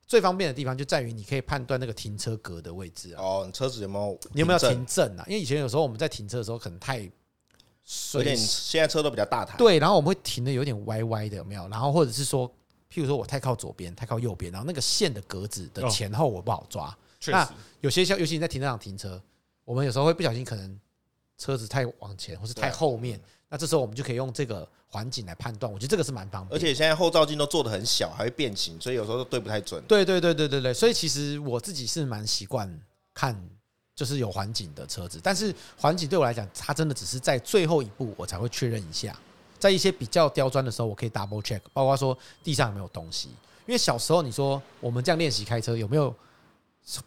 A: 最方便的地方就在于你可以判断那个停车格的位置啊。
B: 哦，你车子有没有？
A: 你有没有？停正啊？因为以前有时候我们在停车的时候可能太
B: 而且
A: 随
B: 你现在车都比较大台，
A: 对，然后我们会停的有点歪歪的，有没有？然后或者是说，譬如说我太靠左边，太靠右边，然后那个线的格子的
C: 哦
A: 前后我不好抓。
C: 确
A: 那
C: 实
A: 有些像，尤其你在停车场停车，我们有时候会不小心可能车子太往前或是太
B: 对啊
A: 后面，那这时候我们就可以用这个环境来判断。我觉得这个是蛮方便
B: 而。且现在后照镜都做的很小，还会变形，所以有时候都对不太准。
A: 对对对对对对，所以其实我自己是蛮习惯看就是有环景的车子，但是环景对我来讲，它真的只是在最后一步我才会确认一下，在一些比较刁钻的时候，我可以 double check，包括说地上有没有东西，因为小时候你说我们这样练习开车有没有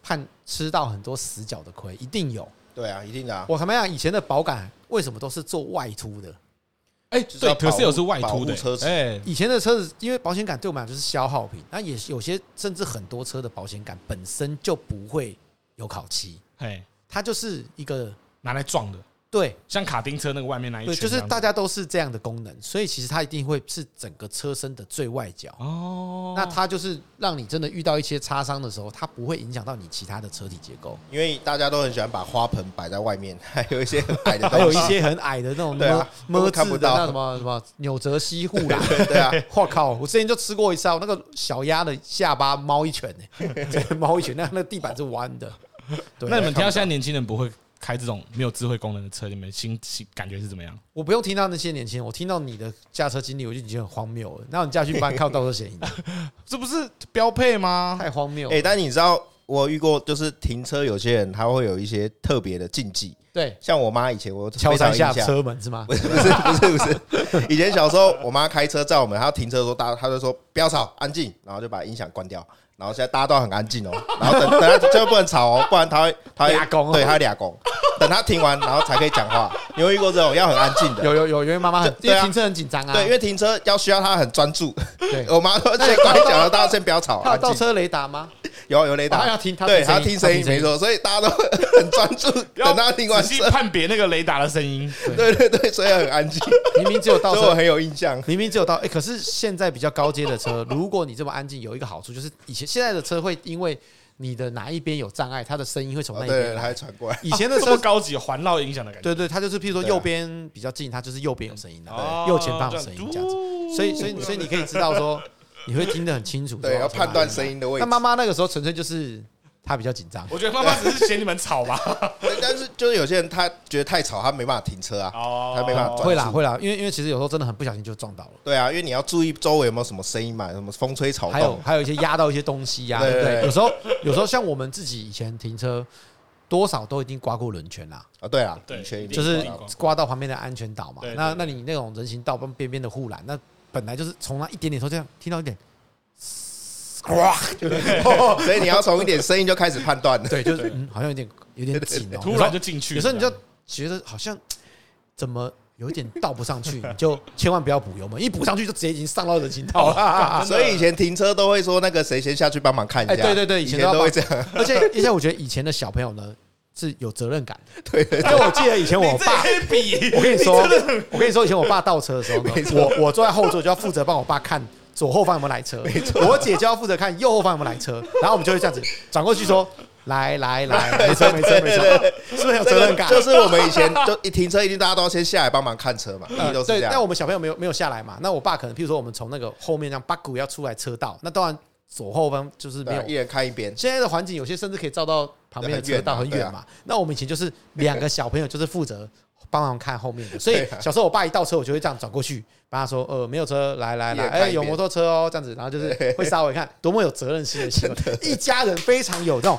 A: 判吃到很多死角的亏，一定有。
B: 对啊，一定的啊，
A: 我坦白讲，以前的保杆为什么都是做外凸的？
C: 哎，
B: 是
C: 对，
B: 要
C: 可
B: 保
C: 是有
B: 护
C: 是外
B: 保
C: 凸
B: 护
C: 的
B: 车，子
C: 哎，
A: 以前的车子，因为保险杆对我们来讲就是消耗品，那也有些甚至很多车的保险杆本身就不会有烤漆，
C: 哎，
A: 它就是一个
C: 拿来撞的，
A: 对
C: 像卡丁车那个外面那一
A: 对，
C: 圈这
A: 就
C: 样子，
A: 是大家都是这样的功能，所以其实它一定会是整个车身的最外角。
C: 哦，
A: 那它就是让你真的遇到一些擦伤的时候，它不会影响到你其他的车体结
B: [laughs]
A: 构。
B: 因为大家都很喜欢把花盆摆在外面， [laughs] 还有
A: [laughs]
B: 一些很矮的东
A: 还
B: 西，
A: 有一些很矮的那种
B: 对啊
A: 么么
B: 都看
A: 字
B: 不
A: 的那
B: 到
A: 什么什么纽泽西护
B: [laughs]
A: [laughs] 栏，
B: [laughs] 对啊，
A: 我靠！我之前就吃过一次啊，我那个小鸭的下巴猫一拳呢、欸，猫一拳，那那地板是弯的。对，
C: 那你们听到现在年轻人不会开这种没有智慧功能的车，你们心心感觉是怎么样？
A: 我不用听到那些年轻人，我听到你的驾车经历，我就已经很荒谬了。那你驾训班看到倒车显影，
C: 这不是标
A: [laughs]
C: 配吗？
A: 太荒谬了。
B: 哎、但你知道我遇过，就是停车有些人他会有一些特别的禁忌，
A: 对，
B: 像我妈以前我
A: 敲三
B: 非常
A: 下
B: 有印象，
A: 车门是吗？
B: 不是不是不是不是，以前小时候我妈开车载我们，她要停车的时候，大家她就说不要吵，安静，然后就把音响关掉，然后现在大家都很安静哦，然后等等她就不能吵哦，不然她会她
A: [laughs] 俩公哦
B: 会对她会俩公，等她停完然后才可以讲话，你有遇过这种要很安
A: [laughs]
B: 静的？
A: 有有有，因为妈妈很，因
B: 对啊
A: 为停车很紧张啊。
B: 对，因为停车要需要她很专
A: [laughs]
B: 注，
A: 对，
B: 我妈说先关讲了，大家先不要吵，啊
A: 他有
B: 安
A: 倒 [laughs]
B: 静。
A: 车雷达吗？
B: 有有雷达，
A: 哦她要听她
B: 对，
A: 听声
B: 她
A: 音
B: 听声音
A: 她听声音
B: 没错，所以大家都很专注，等她听完
C: 仔细
B: 车，
C: 判别那个雷达的声音，
B: 对对对，所以很安静，
A: 明明只有倒
B: 所以我
A: 车，
B: 很有印象。哦
A: 明明只有倒。哎，可是现在比较高阶的车，如果你这么安静，有一个好处就是，以前现在的车会因为你的哪一边有障碍，它的声音会从那
B: 哦
A: 一
B: 对，
A: 边
B: 她
A: 来。
B: 还传过来。
A: 以前的
C: 哦这
A: 车
C: 么高级环绕音响的感觉，
A: 对对，它就是譬如说
B: 对啊
A: 右边比较近，它就是右边有声音的，啊
C: 哦
A: 右前方有声音这样子。
C: 子
A: 所以所以所以你可以知道说，你会听得很清楚。
B: 对，要判断声。音的位
A: 那
B: 置。
A: 妈妈那个时候纯粹就是她比较紧张，
C: 我觉得妈妈只是嫌你们吵吧。
B: 但是就是有些人他觉得太吵，他没办法停车啊，
C: 哦
B: 他没办法转。
A: 会啦。会啦，因为因为其实有时候真的很不小心就撞到了，
B: 对啊，因为你要注意周围有没有什么声音嘛，什么风吹草
A: 还有
B: 动。
A: 还有一些压到一些东西呀，
B: 哦对
A: 对不对？
B: 对
A: 有时候有时候像我们自己以前停车。多少都已经刮过轮圈啦，
B: 啊，对啊，
C: 对
B: 的确
C: 一定
A: 就
C: 刮
A: 是
C: 过
A: 刮到旁边的安全岛嘛
C: 对。对
A: 那
C: 对
A: 那你那种人行道边边的护栏，那本来就是从那一点点时候这样听到一点，
B: 哇， [laughs] 所以你要从一点声音就开始判断了。
A: 对，就是
C: 对
A: 嗯，好像有点有点紧哦。
C: 突然就进去，
A: 有时候你就觉得好像怎么有一点倒不上去，你就 [laughs] 千万不要补油门，一补上去就直接已经上到人行
B: [laughs]
A: 道了。
B: 所以以前停车都会说那个谁先下去帮忙看一下，
A: 哦哎对对对
B: 以
A: 以
B: 前
A: 前
B: 都
A: 都
B: 会
A: 要 [laughs]
B: 这样，
A: 而且而且我觉得以前的小朋友呢是有责任感的，
B: 对对
A: 因为我记得以前我
C: 这
A: 爸。
C: 些比
A: [laughs] 我跟你说，我跟你说，以前我爸倒车的时候呢
B: 没，错
A: 我我坐在后座就要负责帮我爸看左后方有没有来车，我姐就要负责看右后方有没有来车，然后我们就会这样子转过去说。来来来，没错没错没错，是不是很有责任感？
B: 就是我们以前就一停车，一定大家都要先下来帮忙看车嘛，一定
A: 呃
B: 都是这
A: 对，
B: 样。
A: 但我们小朋友没有没有下来嘛，那我爸可能，譬如说我们从那个后面这样八股要出来车道，那当然左后方就是没
B: 对
A: 有
B: 啊一人看一边，
A: 现在的环境有些甚至可以照到旁边的车道
B: 很
A: 很
B: 远啊
A: 远嘛。那我们以前就是两个小朋友就是负责帮忙看后
B: [laughs]
A: 面的，所
B: 对
A: 以
B: 啊
A: 小时候我爸一倒车，我就会这样转过去，帮他说：“呃，没有车，来来
B: 一人
A: 来，
B: 开一
A: 哎，
B: 边
A: 有摩托车哦。”这样子，然后就是会稍微看，多么有责任心的
B: [laughs]
A: 行为，一家人非常有那种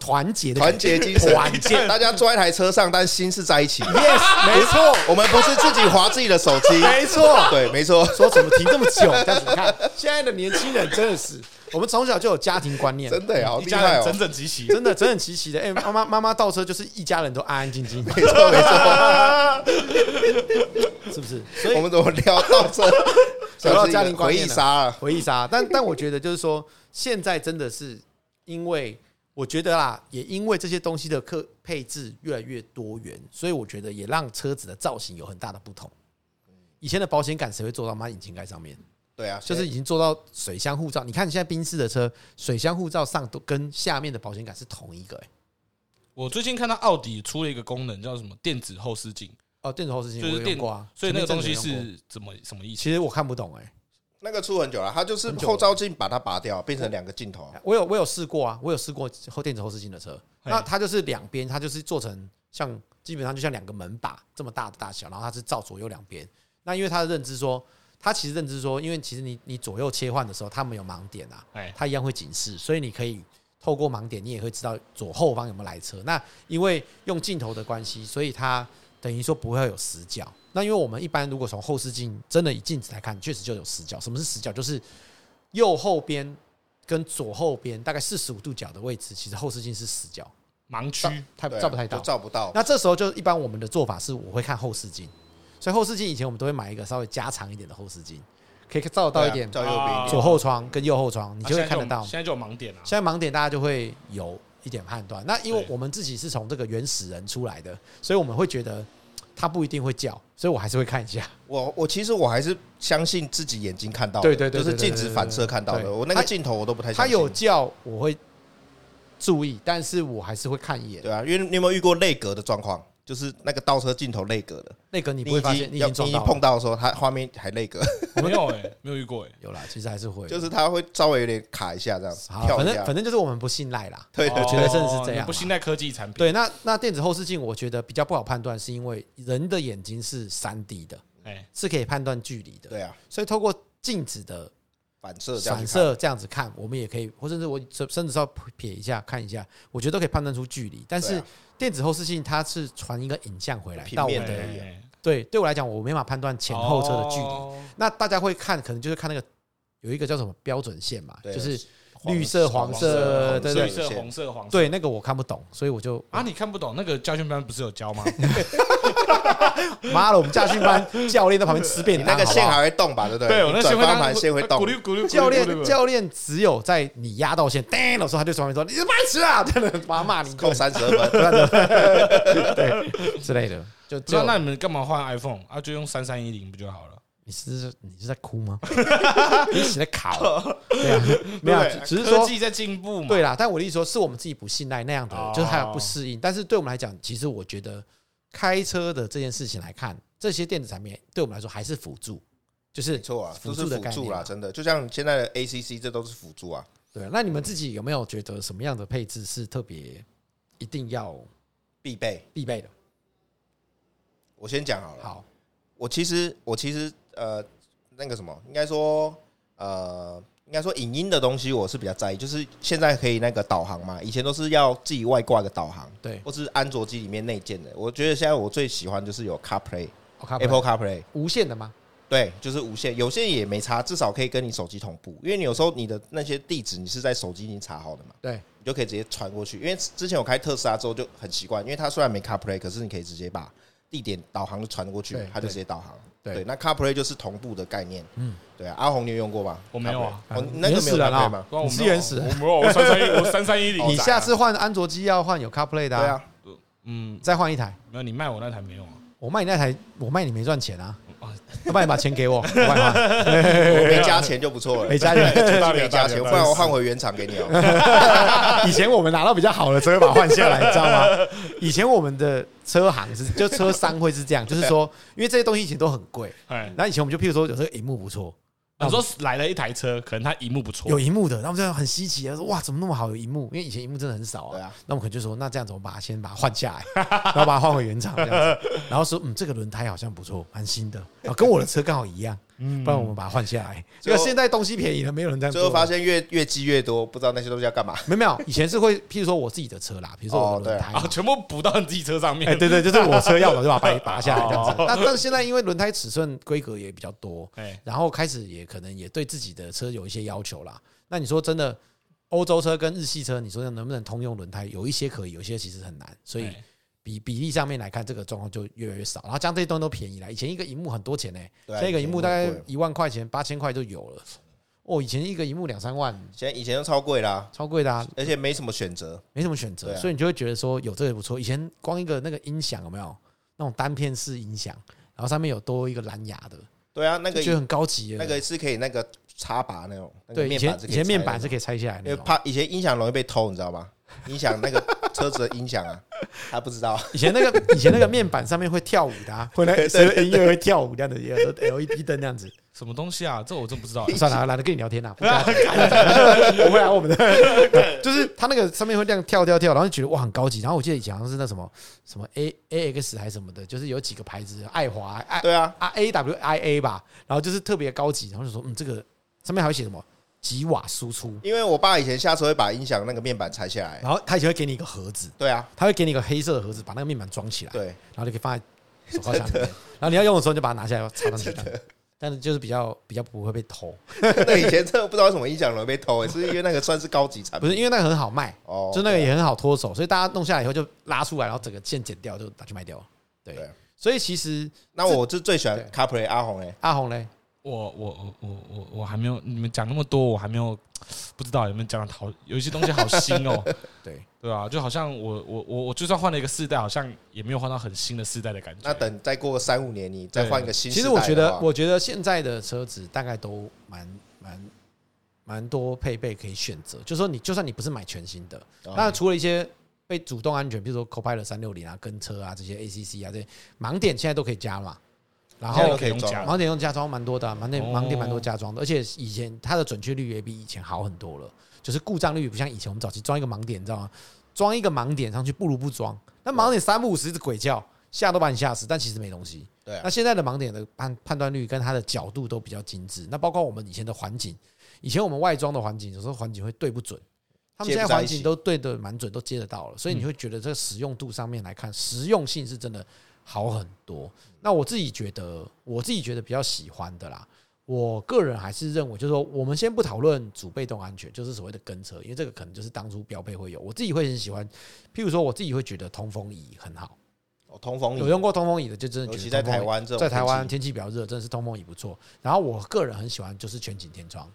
A: 团团结的感
B: 团
A: 觉
B: 结精神，
A: 团
B: [laughs]
A: 结。
B: 大家坐在一台车上，但心是在一起的。
A: Yes，没错，
B: 我们不是自己划自己的手机，
A: 没错。
B: 对，没错，
A: 说怎么停这么久？这样子你看，现在的年轻人真的是，我们从小就有家庭观念，
B: 真的耶好
C: 一
B: 厉
C: 家
B: 害
C: 人
B: 哦
C: 整！整齐齐，
A: 真的整整齐齐的。哎，妈妈妈妈倒车就是一家人都安安静静，
B: 没错，没错。
A: 是不是？所以
B: 我们怎么聊到这？
A: 聊到家庭观
B: 回忆
A: 念了啊
B: 杀了，
A: 回忆杀。但但我觉得就是说，现在真的是因为我觉得啦，也因为这些东西的客配置越来越多元，所以我觉得也让车子的造型有很大的不同。以前的保险杆谁会做到妈引擎盖上面？
B: 对啊，
A: 就是已经做到水箱护罩。你看现在宾士的车，水箱护罩上都跟下面的保险杆是同一个、欸。
C: [laughs] 我最近看到奥迪出了一个功能，叫什么电子后视镜，
A: 哦，电子后视镜
C: 就
A: 我
C: 是
A: 有用
C: 电
A: 过啊，
C: 所以那个东西
A: 前面真的有用过
C: 是怎么什么意思？
A: 其实我看不懂哎、
B: 那个出很久了，它就是
A: 很久了
B: 后照镜把它拔掉，变成两个镜头。
A: 我有我有试过啊，我有试过后电子后视镜的车，
C: 嘿
A: 那它就是两边，它就是做成像基本上就像两个门把这么大的大小，然后它是照左右两边。那因为它的认知说，它其实认知说，因为其实你你左右切换的时候，它没有盲点啊，
C: 哎，
A: 它一样会警示，所以你可以透过盲点，你也会知道左后方有没有来车。那因为用镜头的关系，所以它等于说不会有死角。那因为我们一般如果从后视镜真的以镜子来看，确实就有死角。什么是死角？就是右后边跟左后边大概四十五度角的位置，其实后视镜是死角，
C: 盲
A: 照
C: 区
A: 太
B: 对啊
A: 照不太到
B: 就。照不到。
A: 那这时候就一般我们的做法是，我会看后视镜，所以后视镜以前我们都会买一个稍微加长一点的后视镜，可以照得到一点
B: 对啊照右边一
A: 左
B: 点，
A: 后窗跟右后窗，你
C: 啊
A: 就会
C: 现在
A: 看得到
C: 现。在就有盲点
A: [laughs]
C: 啊，
A: 现在盲点大家就会有一点判断。那因为
C: 对
A: 我们自己是从这个原始人出来的，所以我们会觉得它不一定会叫，所以我还是会看一下。
B: 我我其实我还是相信自己眼睛看到的，
A: 对对对
B: 就是
A: 对对
B: 镜子反射看到的。
A: 对
B: 我那个
A: 它
B: 镜头我都不太相
A: 它
B: 信。
A: 有叫，我会注意，但是我还是会看一眼。
B: 对啊，因为你有没有遇过内格的状况？就是那个倒车镜头内格的，
A: 那个你
B: 你
A: 不会发现，
B: 已
A: 已经
B: 要你
A: 撞
B: 已
A: 到
B: 经
A: 了
B: 碰到的时候，它画面还内格，
C: 没有哎，没有
A: [laughs]
C: 遇过哎，
A: 有啦，其实还是会。
B: 就是它会稍微有点卡一下这样子，
A: 好，
B: 跳
A: 反
B: 一
A: 正
B: 下。
A: 反正就是我们不信赖啦。
B: 对对
A: 我觉得真的是这样
C: 你
A: 啊
C: 哦不信赖科技产品，
A: 对，那那电子后视镜，我觉得比较不好判断，是因为人的眼睛是三 D 的，
C: 哎，
A: 是可以判断距离的，
B: 对啊，
A: 所以透过镜子的
B: 反射这样
A: 散
B: 去
A: 射这样子看，我们也可以，或甚至我甚甚至是要撇一下看一下，我觉得都可以判断出距离。但
B: 对
A: 是
B: 啊
A: 电子后视镜它是传一个影像回来
B: 平
A: 到我
B: 面
A: 的，
B: 而已
C: 哎
A: 对对我来讲，我没法判断前后车的距离。
C: 哦
A: 那大家会看，可能就是看那个有一个叫什么标准线嘛，
B: 对
A: 就是
B: 看，
A: 绿色
B: 黄
A: 黄色
B: 黄
A: 对
C: 绿
A: 对
B: 有
C: 色、
B: 线
C: 红色、黄色。
A: 对那个我看不懂，所以我就
C: 啊，你看不懂那个教训班不是有教吗？
A: 妈了，我们驾训班教练在旁边吃便
B: 你
A: 当，
B: 那个
A: 好不
B: 线
A: 好
B: 还会动吧？对不对？
C: [laughs] 对，我
B: 你
C: 那啊
B: 转
C: 线会
B: 方
C: 当
B: 盘线会动
C: 咕。噜咕噜咕噜咕噜。
A: 教
C: 咕噜咕
A: 练
C: 噜
A: 教练只有在你压到线，叮的时候，他就从旁边说：“你是白痴啊！” [laughs] 真的妈骂
B: [laughs]
A: 你一顿，
B: 扣三十
A: [laughs]
B: 二分，啊
A: 对之类的，就
C: 不知道
A: 就
C: 那你们干嘛换 iPhone 啊？就用三三一零不就好了？
A: 你是你是在哭
B: [laughs]
A: 吗？你是在考？对啊，没有啊，
C: 对不对
A: 只只是
C: 科
A: 说
C: 技在进步嘛。
A: 对啦。但我的意思说，是我们自己不信赖那样的
C: 哦，
A: 就是还有不适应。但是对我们来讲，其实我觉得开车的这件事情来看，这些电子产品对我们来说还是辅助，就是
B: 没错啊，
A: 辅
B: 就是
A: 助的
B: 辅
A: 概
B: 助
A: 念
B: 啦，
A: 嘛。
B: 真的，就像现在的 ACC，这都是辅助啊。
A: 对，那你们自己有没有觉得什么样的配置是特别一定要
B: 必备。
A: 必备的？
B: 我先讲好了。
A: 好，
B: 我其实我其实呃，那个什么，应该说呃，应该说影音的东西我是比较在意，就是现在可以那个导航嘛，以前都是要自己外挂个导航，
A: 对
B: 或是安卓机里面内建的。我觉得现在我最喜欢就是有 CarPlay、
A: 我看
B: Apple CarPlay，
A: 无线的吗？
B: 对，就是无线，有线也没差，至少可以跟你手机同步，因为你有时候你的那些地址你是在手机已经查好的嘛。
A: 对，
B: 你就可以直接传过去。因为之前我开特斯拉之后就很习惯，因为它虽然没 CarPlay，可是你可以直接把地点导航就传过去
A: 对，
B: 它就
A: 对
B: 直接导航。
A: 对
B: 对，那 CarPlay 就是同步的概念。
A: 嗯
B: 嗯，对啊，阿红你有用过吧？
C: 我没有啊
B: CarPlay 哦，
A: 啊
B: 你那个
A: 原始
B: 没有
A: 人啊
B: CarPlay 吗？
C: 对啊我
A: 你
C: 没
A: 是
C: 有
A: 原始
C: 我没有，我三三
A: [laughs]
C: 一，我三三一零。啊
A: 你下次换安卓机要换有 CarPlay 的、
B: 啊对，啊，
C: 嗯，
A: 再换一台。
C: 没有，你卖我那台没用啊。
A: 我卖你那台，我卖你没赚钱啊
C: 哦，
A: 要不然你把钱给
B: [laughs]
A: 我，我帮你换
B: 啊我没加钱就不错了，
A: 没加钱
B: 对
C: 大
B: 就
C: 力
B: 没加钱，
C: 大力
B: 不然我换回原厂给你哦。
A: [laughs] 以前我们拿到比较好的车，把它换下来，你知道
B: [laughs]
A: 吗？以前我们的车行是，就车商会是这样，就是说，因为这些东西以前都很贵，
C: 哎，
A: 那以前我们就譬如说有这个荧幕不错，
C: 你说来了一台车，可能它荧幕不错，
A: 有荧幕的，那我们就很稀奇啊，说哇，怎么那么好有荧幕？因为以前荧幕真的很少
B: 对
A: 啊
B: 啊，
A: 那我们可能就说，那这样子我们把它先把它换下来， [laughs] 然后把它换回原厂这样子，然后说，嗯，这个轮胎好像不错，蛮新的，啊，跟我的车刚好一样，不然我们把它换下来。因
B: 嗯最
A: 为
B: 后
A: 现在东西便宜了，没有人这样
B: 最
A: 做
B: 后
A: 了。
B: 发现越越积越多，不知道那些东西要干嘛。
A: 没有没有，以前是会，譬如说我自己的车啦，比如说我的轮胎嘛
C: [laughs] 啊，，全部补到你自己车上面。。
A: 哦 [laughs] 哎，对对，就是我车要的就把 [laughs] 它拔拔下来这样子那但是现在因为轮胎尺寸规格也比较多，
C: 哎，
A: 然后开始也可能也对自己的车有一些要求啦。那你说真的，欧洲车跟日系车，你说能不能通用轮胎？有一些可以，有一些其实很难，所以
C: 哎
A: 比比例上面来看，这个状况就越来越少。然后将这些东西都便宜了，以前一个荧幕很多钱呢、
B: 对
A: 现
B: 啊
A: 在一个荧幕大概
B: 以前很贵
A: 一万块钱、八千块就有了。哦，以前一个荧幕两三万，
B: 现在以前都超贵啦，
A: 超贵的啊，
B: 而且没什么选择。
A: 没什么选择，
B: 对啊
A: 所以你就会觉得说有这个也不错。以前光一个那个音响有没有那种单片式音响，然后上面有多一个蓝牙的，
B: 对啊，那
A: 就
B: 个
A: 觉得很高级了。
B: 那个是可以那个插拔那种，那个
A: 对以
B: 面
A: 前
B: 板
A: 以
B: 是可
A: 前
B: 以拆的
A: 面板是可以拆下来
B: 因为
A: 的，
B: 怕以前音响容易被偷，你知道吗？音响那个车子的音响啊，他不知道。
A: 以前那个以前那个面板上面会跳舞的、啊，会那随着音乐会跳舞这样的，也有 LED E 灯那样子。
C: 什么东西啊？这我真不知道。 [laughs]
A: [laughs] 算了，懒得跟你聊天啦、啊不
B: 啊
A: 加钱 [laughs] 我会来我们的，就是它那个上面会这样跳跳跳，然后就觉得哇很高级。然后我记得以前好像是那什么什么 A A X 还是什么的，就是有几个牌子，爱华爱
B: 对啊，
A: 啊 A W I A 吧，然后就是特别高级，然后就说嗯，这个上面还会写什么几瓦输出，
B: 因为我爸以前下车会把音响那个面板拆下来。
A: 然后他以前会给你一个盒子，
B: 对啊，
A: 他会给你一个黑色的盒子，把那个面板装起来，
B: 对，
A: 然后就可以放在手铐下面，然后你要用的时候你就把它拿下来插上去，这样但是就是比较比较不会被偷，
B: 那以前真的不知道为什么音响容易被偷，是因为那个算是高级产
A: 不
B: 品。
A: 是因为那个很好卖，
B: 哦，
A: 就那个也很好脱手，所以大家弄下来以后就拉出来，然后整个线剪掉就拿去卖掉了，对
B: 对，
A: 所以其实
B: 那我就最喜欢
A: 对
B: CarPlay 阿红哎，
A: 阿红嘞，
C: 我我我我我我还没有，你们讲那么多，我还没有不知道有没有讲的好，有一些东西好
A: [laughs]
C: 新哦，
A: 对，
C: 对啊，就好像我我我我就算换了一个世代，好像也没有换到很新的世代的感觉。
B: 那等再过三五年，你再换一个新
A: 其
B: 世代
A: 实
B: 的话。
A: 我觉
B: 哦
A: 得，我觉得现在的车子大概都蛮蛮蛮多配备可以选择，就说你就算你不是买全新的，
B: 哦
A: 那除了一些被主动安全，比如说 Copilot 三六零啊、跟车啊这些 ACC 啊这些盲点，现在都可以加嘛。然
C: 现在
A: 后
C: 都可以用假的
A: 盲点用加装蛮多的啊、盲点
C: 哦
A: 盲点蛮多加装的，而且以前它的准确率也比以前好很多了，就是故障率也不像以前我们早期装一个盲点，你知道吗？装一个盲点上去不如不装，那盲点三不五十的鬼叫，吓都把你吓死，但其实没东西。
B: 对啊
A: 那现在的盲点的判判断率跟它的角度都比较精致，那包括我们以前的环境，以前我们外装的环境，有时候环境会对不准，他们现在环境都对的蛮准，都接得到了，
B: 嗯
A: 所以你会觉得这个实用度上面来看，实用性是真的好很多。那我自己觉得，我自己觉得比较喜欢的啦。我个人还是认为，就是说，我们先不讨论主被动安全，就是所谓的跟车，因为这个可能就是当初标配会有。我自己会很喜欢，譬如说，我自己会觉得通风椅很好，
B: 哦通风
A: 有
B: 椅，
A: 用过通风椅的，就真的
B: 尤
A: 觉
B: 其
A: 得
B: 在
A: 通风椅
B: 台湾这种
A: 在台湾
B: 天气
A: 天气比较热，真的是通风椅不错。然后我个人很喜欢就是全景天窗。
B: 哦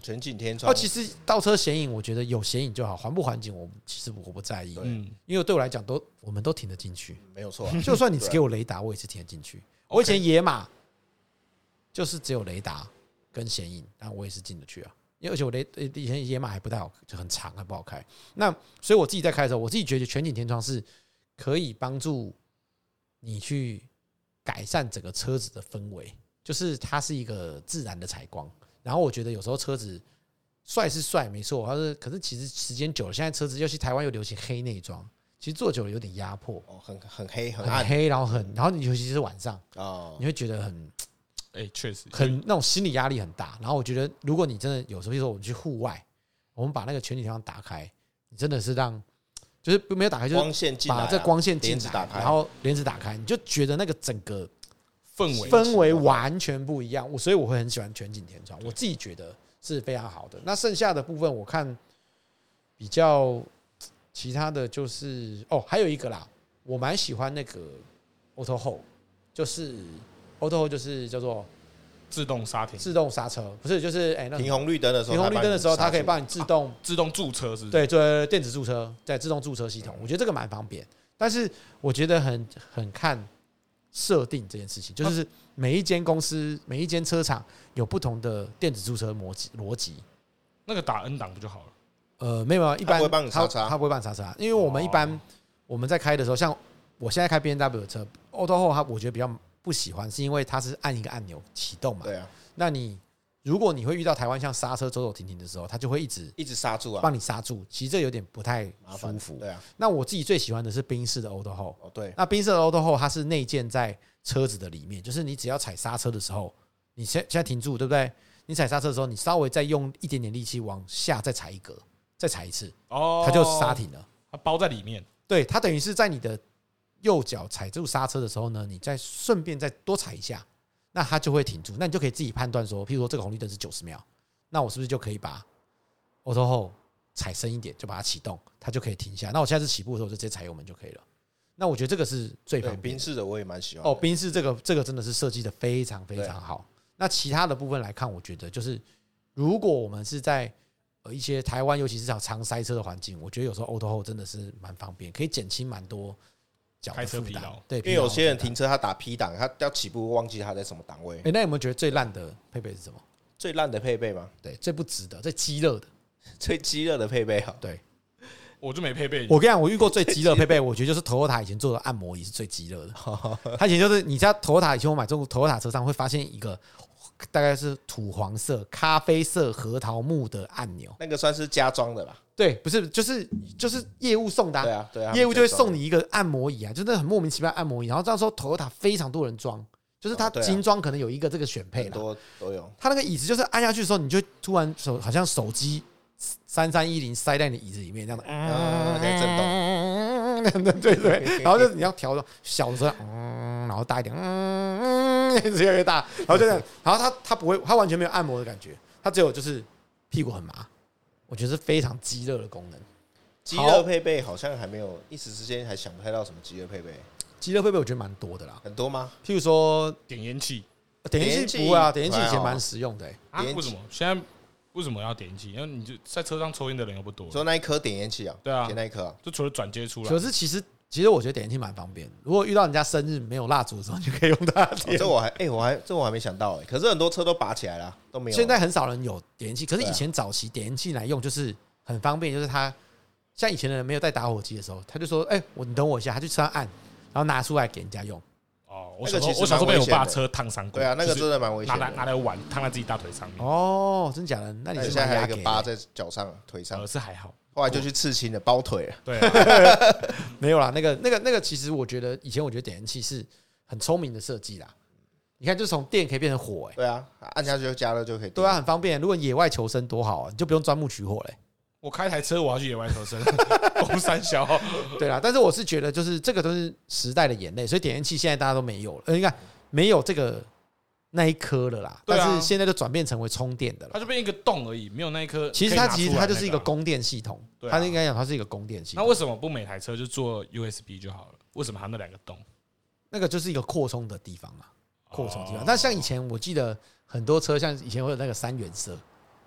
B: 全景天窗
A: 哦，，其实倒车显影，我觉得有显影就好，环不环景我其实我不在意，
C: 嗯，
A: 因为对我来讲都我们都停得进去，
B: 没有错 [laughs] 啊。
A: 就算你只给我雷达，我也是停得进去。我以前野马就是只有雷达跟显影，但我也是进得去啊。因为而且我雷呃以前野马还不太好，就很长，还不好开。那所以我自己在开的时候，我自己觉得全景天窗是可以帮助你去改善整个车子的氛围，就是它是一个自然的采光。然后我觉得有时候车子帅是帅，没错，但是可是其实时间久了，现在车子尤其台湾又流行黑内装，其实坐久了有点压迫，
B: 哦，很很黑很
A: 很
B: 暗
A: 黑，然后很，然后你尤其是晚上，
B: 哦
A: 你，会觉得很
C: 哎，确实，
A: 很那种心理压力很大。然后我觉得，如果你真的有时候，比如说我们去户外，我们把那个全景天窗打开，你真的是让就是没有打开，就是
B: 光线进来啊，
A: 把这光线进
B: 帘子
A: 来，
B: 打开，
A: 然后帘子打开，你就觉得那个整个
C: 氛围
A: 氛围完全不一样。我所以我会很喜欢全景天窗，我自己觉得是非常好的。那剩下的部分，我看比较其他的就是哦，还有一个啦，我蛮喜欢那个 auto hold，就是 auto hold 就是叫做
C: 自动刹停、
A: 自动刹车，不是就是哎、那
B: 停红绿灯的时候，
A: 停红绿灯的时候，它可以
B: 帮
A: 帮你自动
C: 自动驻车，是不是？
A: 对，做电子驻车，对，自动驻车系
B: 嗯
A: 统，我觉得这个蛮方便。但是我觉得很很看设定这件事情，就是每一间公司、每一间车厂有不同的电子驻车逻辑逻辑。
C: 那个打 N 档不就好了？
A: 呃，没有啊，一般
B: 它不会帮你
A: 它
B: 刹车
A: 它不会帮你刹车啊，因为我们一
C: 哦
A: 般我们在开的时候，像我现在开 B N W 的车，Auto Hold 它我觉得比较不喜欢，是因为它是按一个按钮启动嘛。
B: 对啊，
A: 那你如果你会遇到台湾像刹车走走停停的时候，它就会一直
B: 一直刹住啊，
A: 帮你刹住，其实这有点不太
B: 麻烦
A: 舒服。
B: 对啊，
A: 那我自己最喜欢的是宾士的 Auto Hold，
B: 哦对，
A: 那宾士的 Auto Hold 它是内建在车子的里面，就是你只要踩刹车的时候，你现现在停住，对不对？你踩刹车的时候，你稍微再用一点点力气往下再踩一格，再踩一次，
C: 哦，
A: 它就刹，停了。
C: 它哦包在里面。
A: 对，它等于是在你的右脚踩住刹车的时候呢，你再顺便再多踩一下，那它就会停住。那你就可以自己判断说，譬如说这个红绿灯是九十秒，那我是不是就可以把 auto hold 踩深一点，就把它启动，它就可以停下。那我下次起步的时候就直接踩油门就可以了。那我觉得这个是最
B: 对，
A: 方便
B: 宾
A: 的。
B: 士的我也蛮喜欢的
A: 哦，宾士这个这个真的是设计的非常非
B: 对啊
A: 常好。那其他的部分来看，我觉得就是如果我们是在呃一些台湾，尤其是常常塞车的环境，我觉得有时候 auto hold 真的是蛮方便，可以减轻蛮多脚
C: 开
A: 的
C: 车
A: 负
C: 疲
A: 担
C: 劳。
A: 对，
B: 因为
A: 疲劳
B: 有些人
A: 负担
B: 停。车他打 P 档，他要起步忘记他在
A: [laughs]
B: 什么档位
A: 哎、。那有没有觉得最烂的配备是什么？
B: 最烂的配备吗？
A: 对，最不值得、最鸡肋的。
B: [laughs] 最饥饿的配备啊！
A: 对
C: 我就没配备，
A: 我跟你讲，我遇过最鸡肋的配备，我觉得就是 Toyota 以前做的按摩椅是最鸡肋的。它以前就是你家 Toyota 以前我买这种 Toyota 车上会发现一个大概是土黄色、咖啡色、核桃木的按钮。
B: 那个算是加装的吧？
A: 对，不是，就是就是业务送的、
B: 对啊，对啊，
A: 业务就会送
B: 你。
A: 你一个按摩椅啊，就是很莫名其妙的按摩椅。然后到时候 Toyota 非常多人装，就是它
B: 哦对啊
A: 精装可能有一个这个选配
B: 很
A: 啦。
B: 多都有，
A: 它那个椅子就是按下去的时候，你就突然手好像手机三三一零塞在你椅子里面这样的，
B: 嗯，可以震动。
A: 嗯，对对，然后就是你要调小的时候，嗯，然后大一点，嗯，一直越来越大，然后就这样，然后它它不会，它完全没有按摩的感觉，它只有就是屁股很麻，我觉得是非常激热的功能。
B: 饥饿配备好像还没有，一时之间还想不太到什么饥饿配备，
A: 极乐配备我觉得蛮多的啦，
B: 很多吗？
A: 譬如说
C: 点烟器
A: 点烟器不会啊，点烟器以前蛮实用的、欸，
C: 啊？
B: 点烟器
C: 为什么现在为什么要点烟器？因为你就在车上抽烟的人又不多
B: 你，说那一颗点烟器啊？
C: 对啊
B: 点那一颗啊，
C: 就除了转接出来
A: 可，是其实其实我觉得点烟器蛮方便的，如果遇到人家生日没有蜡烛的时候，你就可以用它
B: 哦
A: 点
B: 这。我还哎，我还这我还没想到哎。可是很多车都拔起来了，都没有。
A: 现在很少人有点烟器，可是
B: 对啊
A: 以前早期点烟器来用就是很方便，就是他像以前的人没有带打火机的时候，他就说：“哎、我你等我一下。”他去车上按，然后拿出来给人家用。
C: 哦，我
B: 那个
C: 小时候
B: 其实
C: 我小时候
B: 蛮
C: 被
B: 危
C: 我
B: 险
C: 爸
B: 的
C: 车烫伤过，
B: 对啊，那个
C: 就是
B: 真的蛮危
C: 拿
B: 险
C: 来拿
B: 的。
C: 来玩，烫在自己大腿上面，
A: 哦，真假的？那你
B: 那你
A: 是
B: 现
A: 买
B: 在还有
A: 牙
B: 一个
A: 给
B: 疤在脚上、腿上
C: 呃，，是还好，
B: 后来就去刺青了，包腿了。
C: 对啊， [laughs]
A: 没有啦，那个那个那个，其实我觉得以前我觉得点烟器是很聪明的设计啦。你看，就是从电可以变成火、哎，
B: 对啊，按下去就加热就可以。
A: 对啊，，很方便。如果野外求生多好啊，你就不用钻木取火嘞、
C: 我开台车我要去野外求生， [laughs] 攻三小，
A: 对啦，但是我是觉得，就是这个都是时代的眼泪，所以点烟器现在大家都没有了。呃你看，没有这个那一颗了啦，
C: 对啊
A: 但是现在就转变成为充电的了。
C: 它就变一个洞而已，没有那一颗。
A: 其实它其实它就是一个
C: 功。
A: 供电系统，
C: 啊对啊
A: 它应该讲它是一个供电系
C: 那
A: 统，
C: 为什么不每台车就做 USB 就好了？为什么还有那两个洞？
A: 那个就是一个扩充的地方啊，扩充地
C: 哦
A: 方。那像以前我记得很多车，像以前会有那个三原色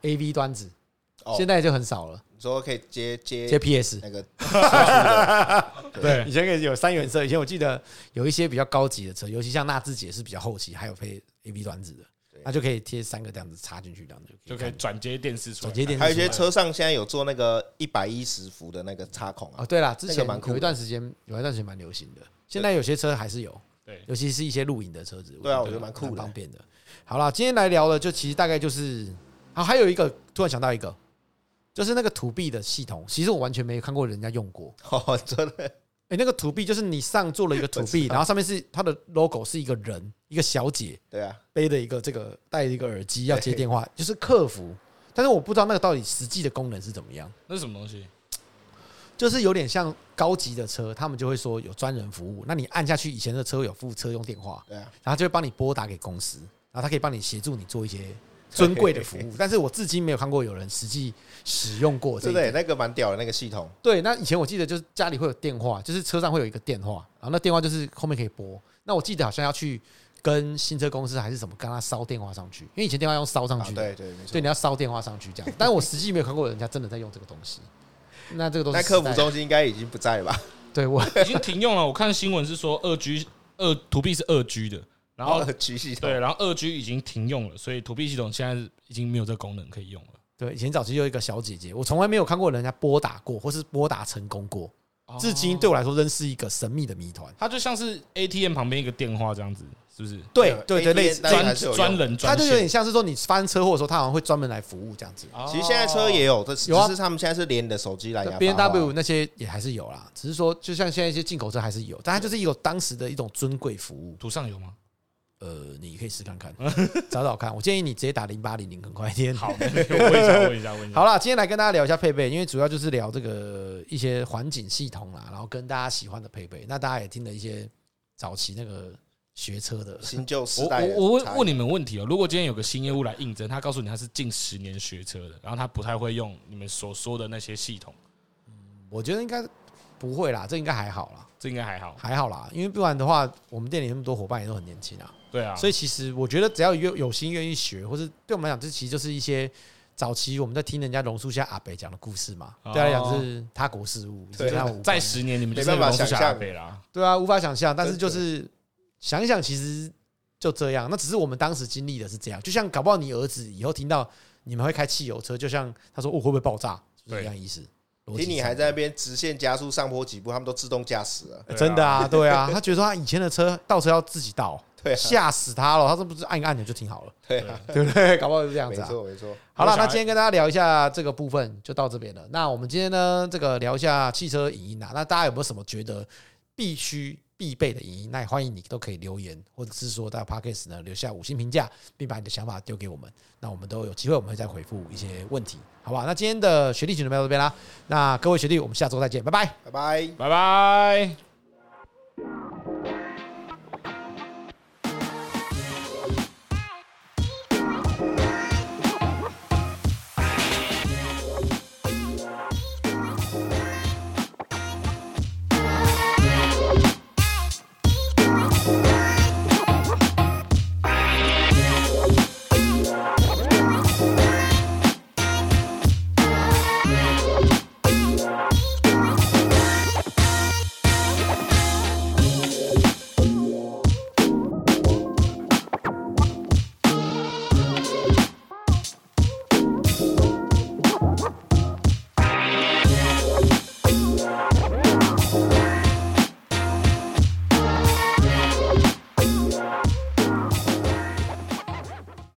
A: A V 端子，
B: 哦
A: 现在就很少了，
B: 你说可以接接
A: 接 P S。
B: 那个
C: 对
A: 以前可以有三原色，以前我记得有一些比较高级的车，尤其像纳智捷是比较后期，还有配 A B 端子的
B: 对，
A: 那就可以贴三个这样子插进去，这样子
C: 就可以
A: 看
C: 转接电视出来。
A: 转接电视出来。
B: 还有一些车上现在有做那个一百一十伏的那个插孔啊
A: 哦，，对了，之
B: 那
A: 前
B: 个蛮酷的
A: 有一段时间，有一段时间蛮流行的，现在有些车还是有，
C: 对，
A: 尤其是一些露营的车子，
B: 对啊我觉得蛮酷的
A: 方便的。好了，今天来聊的就其实大概就是啊，还有一个突然想到一个，就是那个 To B 的系统，其实我完全没有看过人家用过。
B: 哦， [laughs] 真的
A: 哎、那个 To B 就是你上做了一个 To
B: 我知
A: B，然后上面是它的 logo 是一个人，一个小姐，
B: 对啊，
A: 背着一个这个戴一个耳机要接电话，就是客服。但是我不知道那个到底实际的功能是怎么样，
C: 那是什么东西？
A: 就是有点像高级的车，他们就会说有专人服务。那你按下去，以前的车有附车用电话，
B: 对啊，
A: 然后就会帮你拨打给公司，然后他可以帮你协助你做一些尊贵的服务。但是我至今没有看过有人实际使用过这
B: 对
A: 一
B: 不对？
A: 点。
B: 那个蛮屌的那个系统，
A: 对，那以前我记得就是家里会有电话，就是车上会有一个电话，然后那电话就是后面可以拨，那我记得好像要去跟新车公司还是什么跟他烧电话上去，因为以前电话用烧上
B: 啊
A: 去的，
B: 对对没错
A: 对，。你要烧电话上去这样。但我实际没有看过人家真的在用这个东西。那这个东西
B: 那客服中心应该已经不在了吧？
A: 对我
C: [laughs] 已经停用了。我看新闻是说二 G 二图币是二 G 的，
B: [laughs]
C: 然后
B: 局系统
C: 对，然后二 G 已经停用了，所以图币系统现在已经没有这个功能可以用了。
A: 对以前早期有一个小姐姐，我从来没有看过人家拨打过，或是拨打成功过，至今对我来说仍是一个神秘的谜团。
C: 它就像是 ATM 旁边一个电话这样子，是不是？
A: 对对对，
B: ATM
A: 类似
B: 但
A: 这
B: 是还
C: 专
B: 是有用
C: 专人
A: 他
C: 专
A: 就有
C: 线
A: 点。像是说你发生车祸的时候，他好像会专门来服务这样子。啊
C: 哦
B: 其实现在车也有，这只
A: 有啊
B: 是他们现在是连你的手机蓝牙发话。
A: B N W 那些也还是有啦，只是说就像现在一些进口车还是有，但它就是一种当时的一种尊贵服务。
C: 图上有吗？
A: 呃，你可以试看看，找找看。我建议你直接打零八零零，很快一
C: [laughs]
A: 点。
C: 好，问一下，问一下，问一下。
A: 好，了，今天来跟大家聊一下配备，因为主要就是聊这个一些环境系统啦，然后跟大家喜欢的配备。那大家也听了一些早期那个学车的，
B: 新旧时
C: 我
B: 代的
C: 我我
B: 差
C: 问
B: 异
C: 问你们问题哦、如果今天有个新业务来应征，他告诉你他是近十年学车的，然后他不太会用你们所说的那些系统，
A: 我觉得应该不会啦，这应该还好啦，
C: 这应该还好。
A: 还好啦，因为不然的话，我们店里那么多伙伴也都很年轻啊，
C: 对啊，
A: 所
C: 以
A: 以其实我觉得只要有有心愿意学，或是对我们来讲，这其实就是一些。早期我们在听人家榕树下阿北讲的故事嘛，
C: 哦
A: 对他来讲是他国事务，
B: 对
A: 跟他无关
C: 在十年你们
B: 没
C: 就是
B: 办法
C: 龙珠
B: 想
C: 下
B: 象
C: 阿北啦。
A: 对啊，无法想象。但是
B: 真的
A: 就是想一想，其实就这样。那只是我们当时经历的是这样，就像搞不好你儿子以后听到你们会开汽油车，就像他说我、哦、会不会爆炸，是不是
C: 对
A: 一样意思？逻辑
B: 听你
A: 上
B: 还在那边直线加速上坡几步，他们都自动驾驶了。
A: 欸真的啊，对啊，他觉得说他以前的车倒车要自己倒，
B: 对啊，
A: 吓死他了。他这不是按一个按钮就停好了，
B: 对啊，
A: 对不对？搞不好是这样
B: 没
A: 子啊。
B: 错没错。
A: 好了，
C: 我想
A: 那今天跟大家聊一下这个部分就到这边了。那我们今天呢，这个聊一下汽车影音啊。那大家有没有什么觉得必须必备的影音？那也欢迎你都可以留言，或者是说到 podcast 呢留下五星评价，并把你的想法丢给我们。那我们都有机会，我们会再回复一些问题，好不好？那今天的学弟群就到这边啦。那各位学弟，我们下周再见，拜拜。
B: 拜拜。
C: 拜拜。